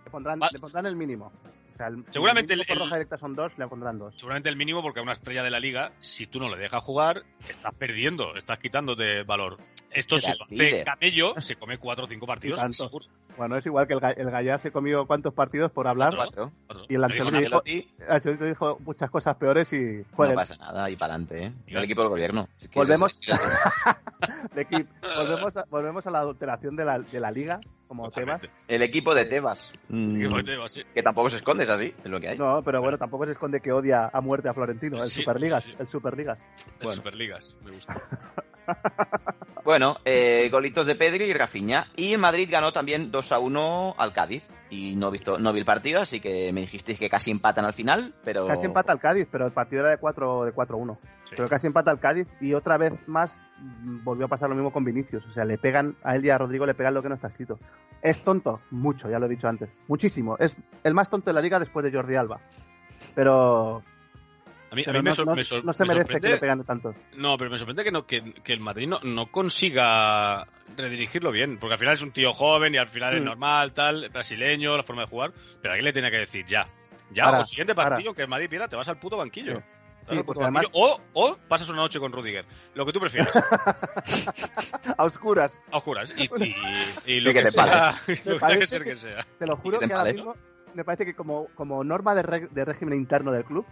Speaker 1: le, pondrán,
Speaker 3: Va-
Speaker 1: le pondrán el mínimo. O sea, el-
Speaker 3: Seguramente
Speaker 1: el mínimo por
Speaker 3: el-
Speaker 1: roja directa son dos, le pondrán dos.
Speaker 3: Seguramente el mínimo, porque a una estrella de la liga, si tú no le dejas jugar, estás perdiendo, estás quitándote valor. Esto
Speaker 2: Era
Speaker 3: si
Speaker 2: el
Speaker 3: lo
Speaker 2: líder.
Speaker 3: hace Camello, se come cuatro o cinco partidos.
Speaker 1: Y tanto.
Speaker 3: seguro.
Speaker 1: Bueno, es igual que el, ga- el Gallá se comió cuántos partidos por hablar.
Speaker 3: Cuatro.
Speaker 2: Cuatro.
Speaker 1: Y el
Speaker 3: Lo
Speaker 1: Ancelotti
Speaker 3: dijo
Speaker 2: Con
Speaker 3: Ancelotti.
Speaker 1: dijo,
Speaker 2: Ancelotti,
Speaker 1: Ancelotti dijo muchas cosas peores y...
Speaker 2: no
Speaker 1: Joder,
Speaker 2: pasa nada, y para adelante, ¿eh? El equipo del gobierno. Es que
Speaker 1: Volvemos.
Speaker 2: eso es-
Speaker 1: de clip. Volvemos, a, volvemos a la adulteración de la, de la liga como tema.
Speaker 3: Totalmente.
Speaker 2: el equipo de Tebas. Mm,
Speaker 3: Digo, digo, sí.
Speaker 2: que tampoco se esconde, es así, es lo que hay.
Speaker 1: No, pero bueno, tampoco se esconde que odia a muerte a Florentino, el
Speaker 3: Sí,
Speaker 1: Superligas,
Speaker 3: sí, sí.
Speaker 1: el Superligas.
Speaker 3: El Superligas, me gusta.
Speaker 2: Bueno, eh, golitos de Pedri y Rafinha. Y el Madrid ganó también 2 a 1 al Cádiz. Y no, he visto, no vi el partido, así que me dijisteis que casi empatan al final, pero.
Speaker 1: Casi empata el Cádiz, pero el partido era de 4 de 4-1.
Speaker 3: Sí.
Speaker 1: Pero casi empata el Cádiz y otra vez más mm, volvió a pasar lo mismo con Vinicius. O sea, le pegan a él y a Rodrigo le pegan lo que no está escrito. Es tonto, mucho, ya lo he dicho antes. Muchísimo. Es el más tonto de la liga después de Jordi Alba. Pero,
Speaker 3: A mí, a
Speaker 1: pero no,
Speaker 3: mí me, sor-
Speaker 1: no-
Speaker 3: me sor-
Speaker 1: no se
Speaker 3: me
Speaker 1: merece que
Speaker 3: sorprende-
Speaker 1: le pegan de tanto.
Speaker 3: No, pero me sorprende que, no, que, que el Madrid no, no consiga redirigirlo bien, porque al final es un tío joven y al final es
Speaker 1: Mm.
Speaker 3: normal, tal, brasileño, la forma de jugar, pero aquí le tenía que decir ya. Ya,
Speaker 1: Para,
Speaker 3: o siguiente
Speaker 1: para.
Speaker 3: partido que el Madrid pierda, te vas al puto banquillo.
Speaker 1: Sí.
Speaker 3: Te vas al
Speaker 1: Sí,
Speaker 3: puto
Speaker 1: porque además-
Speaker 3: banquillo, o, o pasas una noche con Rudiger, lo que tú prefieras,
Speaker 1: A oscuras.
Speaker 3: a oscuras, y, y- y lo
Speaker 2: Y que
Speaker 3: que,
Speaker 2: te
Speaker 3: sea,
Speaker 1: Me
Speaker 3: lo que tenga
Speaker 1: parece
Speaker 3: que ser
Speaker 1: que-
Speaker 3: que sea.
Speaker 1: Te lo juro
Speaker 2: Y de
Speaker 1: que ahora
Speaker 2: Madrid,
Speaker 1: mismo me parece que como, como norma de, reg- de régimen interno del club,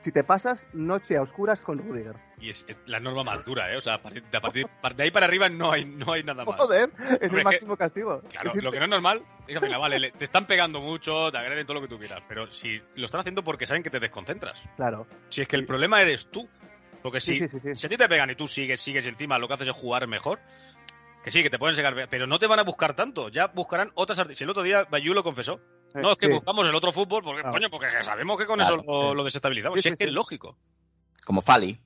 Speaker 1: si te pasas noche a oscuras con Rudiger.
Speaker 3: Y es es la norma más dura, ¿eh? O sea, a partir- de, a partir- de ahí para arriba no hay, no hay nada más.
Speaker 1: Joder, es
Speaker 3: Ah, Hombre,
Speaker 1: el
Speaker 3: que-
Speaker 1: máximo castigo.
Speaker 3: Claro,
Speaker 1: Es irte-
Speaker 3: lo que no es normal es que, venga, vale, le- te están pegando mucho, te agreden todo lo que tú quieras, pero si lo están haciendo porque saben que te desconcentras.
Speaker 1: claro.
Speaker 3: Si es que el
Speaker 1: Sí.
Speaker 3: problema eres tú, porque si,
Speaker 1: Sí, sí, sí, sí.
Speaker 3: si a ti te pegan y tú sigues, sigues y encima, lo que haces es jugar mejor, que sí, que te pueden sacar, pero no te van a buscar tanto, ya buscarán otras... arti- Si el otro día Bayú lo confesó, no, es que
Speaker 1: Eh, Sí.
Speaker 3: buscamos el otro fútbol, porque,
Speaker 1: Ah.
Speaker 3: coño, porque sabemos que con
Speaker 2: Claro,
Speaker 3: eso lo,
Speaker 1: sí.
Speaker 3: lo desestabilizamos,
Speaker 1: Sí,
Speaker 3: si
Speaker 1: sí,
Speaker 3: es que
Speaker 1: sí.
Speaker 3: es lógico.
Speaker 2: Como Fali.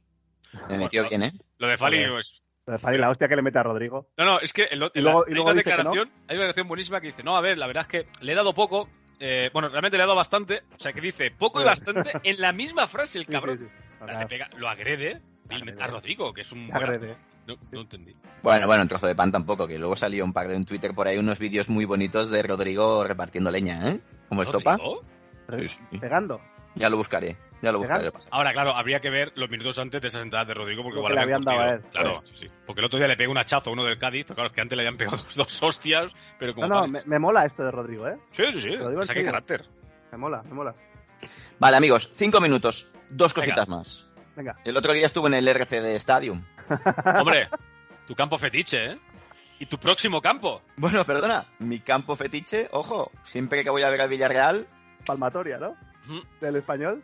Speaker 2: Me metió
Speaker 3: Bueno,
Speaker 2: bien, ¿eh?
Speaker 3: Lo de Fali
Speaker 1: Joder.
Speaker 3: pues,
Speaker 1: Lo de Fadi, la hostia que le mete a Rodrigo.
Speaker 3: No, no, es que el,
Speaker 1: Y
Speaker 3: el-
Speaker 1: luego- y
Speaker 3: hay,
Speaker 1: luego
Speaker 3: una
Speaker 1: dice que no.
Speaker 3: declaración, hay una declaración buenísima que dice, no, a ver, la verdad es que le he dado poco, eh, bueno, realmente le he dado bastante, o sea, que dice poco y bastante en la misma frase el
Speaker 1: Sí,
Speaker 3: cabrón.
Speaker 1: sí, sí.
Speaker 3: O sea, le pega- lo agrede
Speaker 1: Agrede.
Speaker 3: a Rodrigo, que es un...
Speaker 1: Se agrede.
Speaker 3: juegazo. No, no entendí.
Speaker 2: Bueno, bueno, un trozo de pan tampoco, que luego salió un par de en Twitter por ahí unos vídeos muy bonitos de Rodrigo repartiendo leña, ¿eh? Como estopa.
Speaker 3: ¿Rodrigo?
Speaker 2: Sí, sí.
Speaker 1: Pegando.
Speaker 2: Ya lo buscaré, ya lo buscaré.
Speaker 1: ¿Legal?
Speaker 2: lo pasaré.
Speaker 3: Ahora, claro, habría que ver los minutos antes de esas entradas de Rodrigo, porque
Speaker 1: Lo
Speaker 3: igual
Speaker 1: que le
Speaker 3: habían
Speaker 1: habían dado
Speaker 3: cogido.
Speaker 1: a él, pues.
Speaker 3: Claro, sí, sí. Porque el otro día le pegó un hachazo a uno del Cádiz, pero claro, es que antes le habían pegado dos hostias, pero como...
Speaker 1: No, no,
Speaker 3: tal.
Speaker 1: me, me mola esto de Rodrigo, ¿eh?
Speaker 3: Sí, sí, sí,
Speaker 1: Lo digo en
Speaker 3: o sea, qué
Speaker 1: serio.
Speaker 3: carácter.
Speaker 1: Me mola, me mola.
Speaker 2: Vale, amigos, cinco minutos, dos cositas más.
Speaker 1: Venga.
Speaker 2: El otro día estuve en el RCD Stadium.
Speaker 3: Hombre, tu campo fetiche, ¿eh? Y tu próximo campo.
Speaker 2: Bueno, perdona, mi campo fetiche, ojo, siempre que voy a ver al Villarreal,
Speaker 1: Palmatoria, ¿no?
Speaker 3: Ujú.
Speaker 1: Del español.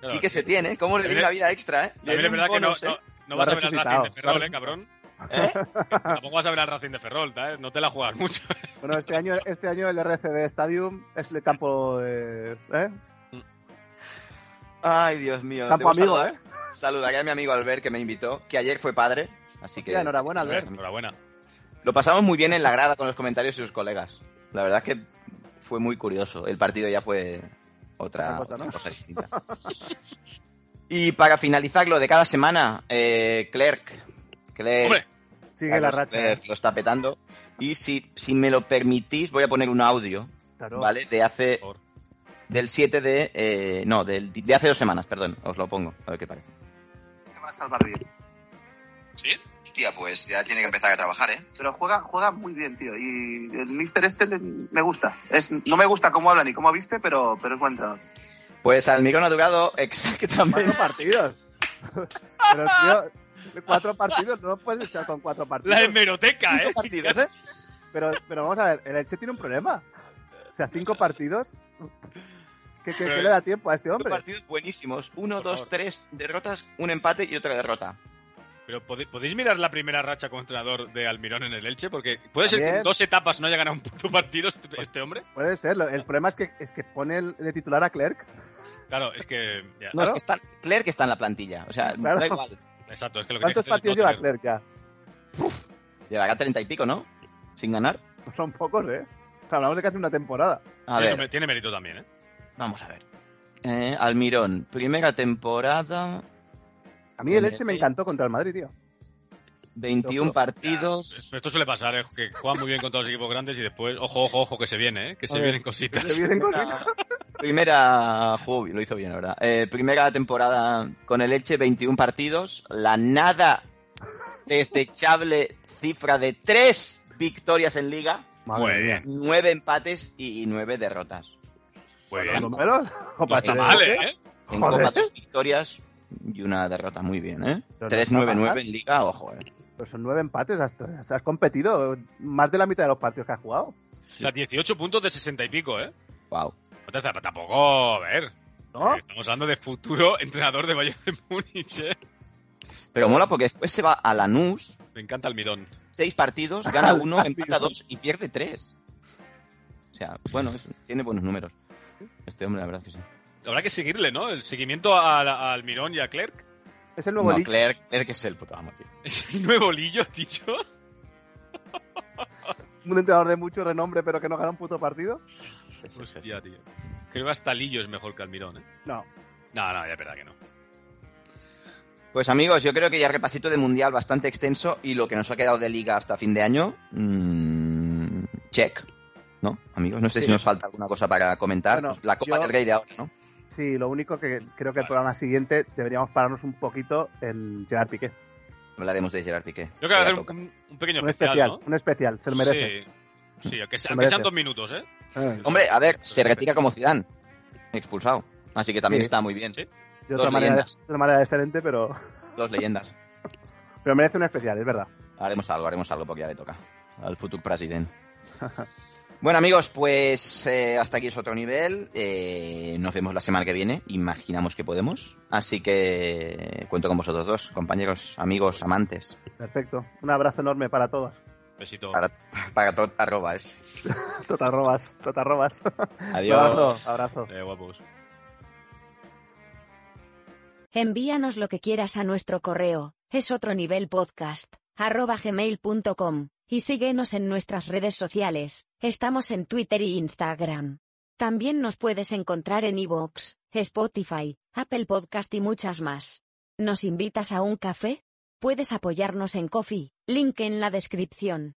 Speaker 3: Claro,
Speaker 2: y que se tiene, ¿eh? ¿cómo le di una vida extra, eh? Le
Speaker 3: También
Speaker 2: di
Speaker 3: es
Speaker 2: un
Speaker 3: verdad que no,
Speaker 2: bonus,
Speaker 3: no-
Speaker 2: ¿eh?
Speaker 3: no
Speaker 1: Lo
Speaker 3: vas a
Speaker 1: has
Speaker 3: ver al Racing de
Speaker 1: resucitado,
Speaker 3: Ferrol,
Speaker 1: lo has
Speaker 3: ¿eh, cabrón?
Speaker 2: ¿Eh?
Speaker 3: Tampoco vas a ver al Racing de Ferrol, ¿eh? No te la juegas mucho.
Speaker 1: Bueno, este año, este año el RCD Stadium es el campo de. ¿eh?
Speaker 2: Ay, Dios mío.
Speaker 1: Campo
Speaker 2: debo
Speaker 1: amigo, ¿eh?
Speaker 2: saludar- Saludaré a mi amigo Albert, que me invitó, que ayer fue padre. Así que
Speaker 1: Hostia, enhorabuena,
Speaker 3: A ver,
Speaker 1: Albert.
Speaker 3: enhorabuena.
Speaker 2: Lo pasamos muy bien en la grada con los comentarios y sus colegas. La verdad es que fue muy curioso. El partido ya fue otra,
Speaker 1: Otra cosa,
Speaker 2: otra
Speaker 1: ¿no?
Speaker 2: cosa distinta. y para finalizar lo de cada semana, eh, Clerk. Clerk,
Speaker 3: Hombre,
Speaker 1: Sigue
Speaker 2: Carlos
Speaker 1: la racha. ¿eh?
Speaker 2: Clerk lo está petando. Y si, si me lo permitís, voy a poner un audio,
Speaker 1: Claro.
Speaker 2: ¿vale? De hace.
Speaker 3: Por favor.
Speaker 2: Del 7 de. eh, no, del, de hace dos semanas, perdón. Os lo pongo, a ver qué parece.
Speaker 1: va a salvar bien.
Speaker 3: ¿sí?
Speaker 2: Hostia, pues ya tiene que empezar a trabajar, ¿eh?
Speaker 4: pero juega, juega muy bien, tío. Y el Mister este le- me gusta. Es, no me gusta cómo habla ni cómo viste, pero, pero es buen entrenador.
Speaker 2: Pues Almigón ha durado exactamente.
Speaker 1: Cuatro partidos. Pero, tío, cuatro partidos, no puedes echar con cuatro
Speaker 3: La
Speaker 1: partidos.
Speaker 3: hemeroteca, ¿eh?
Speaker 2: partidos, ¿eh?
Speaker 1: Pero, pero vamos a ver, el Elche tiene un problema. O sea, cinco partidos. ¿Qué, qué-
Speaker 3: Pero-
Speaker 1: qué le da tiempo a este
Speaker 2: Dos
Speaker 1: hombre?
Speaker 2: partidos buenísimos. Uno,
Speaker 3: Por
Speaker 2: dos,
Speaker 3: favor.
Speaker 2: tres derrotas, un empate y otra derrota.
Speaker 3: Pero ¿pode- podéis mirar la primera racha como entrenador de Almirón en el Elche, porque puede ser que
Speaker 1: También.
Speaker 3: en dos etapas no haya ganado un puto partido este,
Speaker 2: Pues
Speaker 3: este hombre.
Speaker 1: Puede ser. lo- El problema es que, es que pone el- de titular a Clerc.
Speaker 3: Claro, es que. ya,
Speaker 2: No,
Speaker 1: Claro.
Speaker 2: es que está, Claire que está en la plantilla. O sea,
Speaker 1: Claro.
Speaker 2: da igual.
Speaker 3: Exacto, es que lo que
Speaker 1: ¿Cuántos
Speaker 3: tienes que
Speaker 1: partidos
Speaker 3: hacer
Speaker 1: lleva
Speaker 3: es no
Speaker 1: Clerc
Speaker 3: tener-
Speaker 1: ya?
Speaker 2: Llevará treinta y pico, ¿no? Sin ganar.
Speaker 1: Pues Son pocos, ¿eh? O sea, hablamos de casi una temporada.
Speaker 2: A
Speaker 3: Eso
Speaker 2: ver,
Speaker 3: me- tiene mérito también, ¿eh?
Speaker 2: vamos a ver. Eh, Almirón, primera temporada,
Speaker 1: A mí el Elche me encantó contra el Madrid, tío.
Speaker 2: 21
Speaker 1: Ojo.
Speaker 2: partidos.
Speaker 3: Pero Esto suele pasar, ¿eh? que juegan muy bien contra los equipos grandes y después, ojo, ojo, ojo, que se viene, ¿eh? que se
Speaker 1: Oye,
Speaker 3: vienen
Speaker 1: Le
Speaker 3: cositas.
Speaker 1: vienen cosas.
Speaker 2: Primera juego, lo hizo bien, la verdad. Eh, primera temporada con el Elche, 21 partidos. La nada desechable cifra de tres victorias en liga,
Speaker 1: Madre
Speaker 3: Muy
Speaker 1: mía.
Speaker 3: bien,
Speaker 2: nueve empates y y nueve derrotas.
Speaker 3: muy bien.
Speaker 1: Los números. o
Speaker 3: No ¿eh? está
Speaker 1: partidos,
Speaker 3: mal, ¿eh?
Speaker 2: En
Speaker 1: Joder.
Speaker 2: Copa dos victorias y una derrota. Muy bien, ¿eh?
Speaker 1: Pero no
Speaker 2: 3-9-9
Speaker 1: está
Speaker 2: en Liga, ojo, ¿eh?
Speaker 1: Pero son nueve empates. Has, has competido más de la mitad de los partidos que has jugado.
Speaker 3: O sea, 18 puntos de 60 y pico, ¿eh?
Speaker 2: Wow.
Speaker 3: No te- Tampoco, a ver.
Speaker 1: ¿No?
Speaker 3: Estamos hablando de futuro entrenador de Bayern de Múnich, ¿eh?
Speaker 2: Pero mola porque después se va a Lanús,
Speaker 3: Me encanta el mirón.
Speaker 2: seis partidos, gana uno, empata dos y pierde tres. O sea, bueno, es- tiene buenos números. Este hombre, la verdad que sí.
Speaker 3: Habrá que seguirle, ¿no? El seguimiento a, la- al Mirón y a Clerc.
Speaker 1: Es el nuevo
Speaker 2: No,
Speaker 1: Elche.
Speaker 2: Clerc, Clerc es el puto amo, tío.
Speaker 3: Es el nuevo Lillo, dicho.
Speaker 1: un entrenador de mucho renombre pero que no gana un puto partido?
Speaker 3: Hostia, tío. Creo que hasta Lillo es mejor que Almirón, ¿eh?
Speaker 1: No.
Speaker 3: No, no, ya es verdad que no.
Speaker 2: Pues amigos, yo creo que ya repasito de Mundial bastante extenso y lo que nos ha quedado de Liga hasta fin de año, mm, check. ¿No, amigos? No sé si nos falta alguna cosa para comentar.
Speaker 1: Bueno,
Speaker 2: la Copa
Speaker 1: yo-
Speaker 2: del Rey de ahora, ¿no?
Speaker 1: Sí, lo único que creo que el
Speaker 3: Vale.
Speaker 1: programa siguiente deberíamos pararnos un poquito en Gerard Piqué.
Speaker 2: Hablaremos de Gerard Piqué.
Speaker 3: Yo creo que
Speaker 2: Ya
Speaker 3: hacer
Speaker 2: toca.
Speaker 3: un, un pequeño
Speaker 1: Un
Speaker 3: especial,
Speaker 1: especial,
Speaker 3: ¿no?
Speaker 1: un especial, se lo merece.
Speaker 3: Sí, sí aunque, sea-
Speaker 1: lo
Speaker 3: aunque sean
Speaker 1: merece.
Speaker 3: dos minutos, ¿eh?
Speaker 1: Eh,
Speaker 2: Hombre, a ver, se retira como Zidane, expulsado. Así que también
Speaker 1: Sí.
Speaker 2: está muy bien.
Speaker 3: Sí.
Speaker 1: de,
Speaker 2: dos
Speaker 1: otra manera, de
Speaker 2: leyendas.
Speaker 1: otra manera diferente, pero,
Speaker 2: Dos leyendas.
Speaker 1: pero merece un especial, es verdad.
Speaker 2: Haremos algo, haremos algo porque ya le toca al futuro presidente. Bueno amigos, pues eh, hasta aquí es otro nivel. Eh, nos vemos la semana que viene, imaginamos que podemos. Así que cuento con vosotros dos, compañeros, amigos, amantes.
Speaker 1: Perfecto. Un abrazo enorme para todos.
Speaker 3: Besito.
Speaker 2: Para, para tot arroba es.
Speaker 1: Totarrobas, totarrobas.
Speaker 2: Adiós.
Speaker 1: Abrazo, abrazo.
Speaker 3: Eh, guapos.
Speaker 5: Envíanos lo que quieras a nuestro correo, es otro nivel podcast, arroba gmail.com, y síguenos en nuestras redes sociales, estamos en Twitter y Instagram. También nos puedes encontrar en iVoox, Spotify, Apple Podcast y muchas más. ¿Nos invitas a un café? Puedes apoyarnos en Coffee, link en la descripción.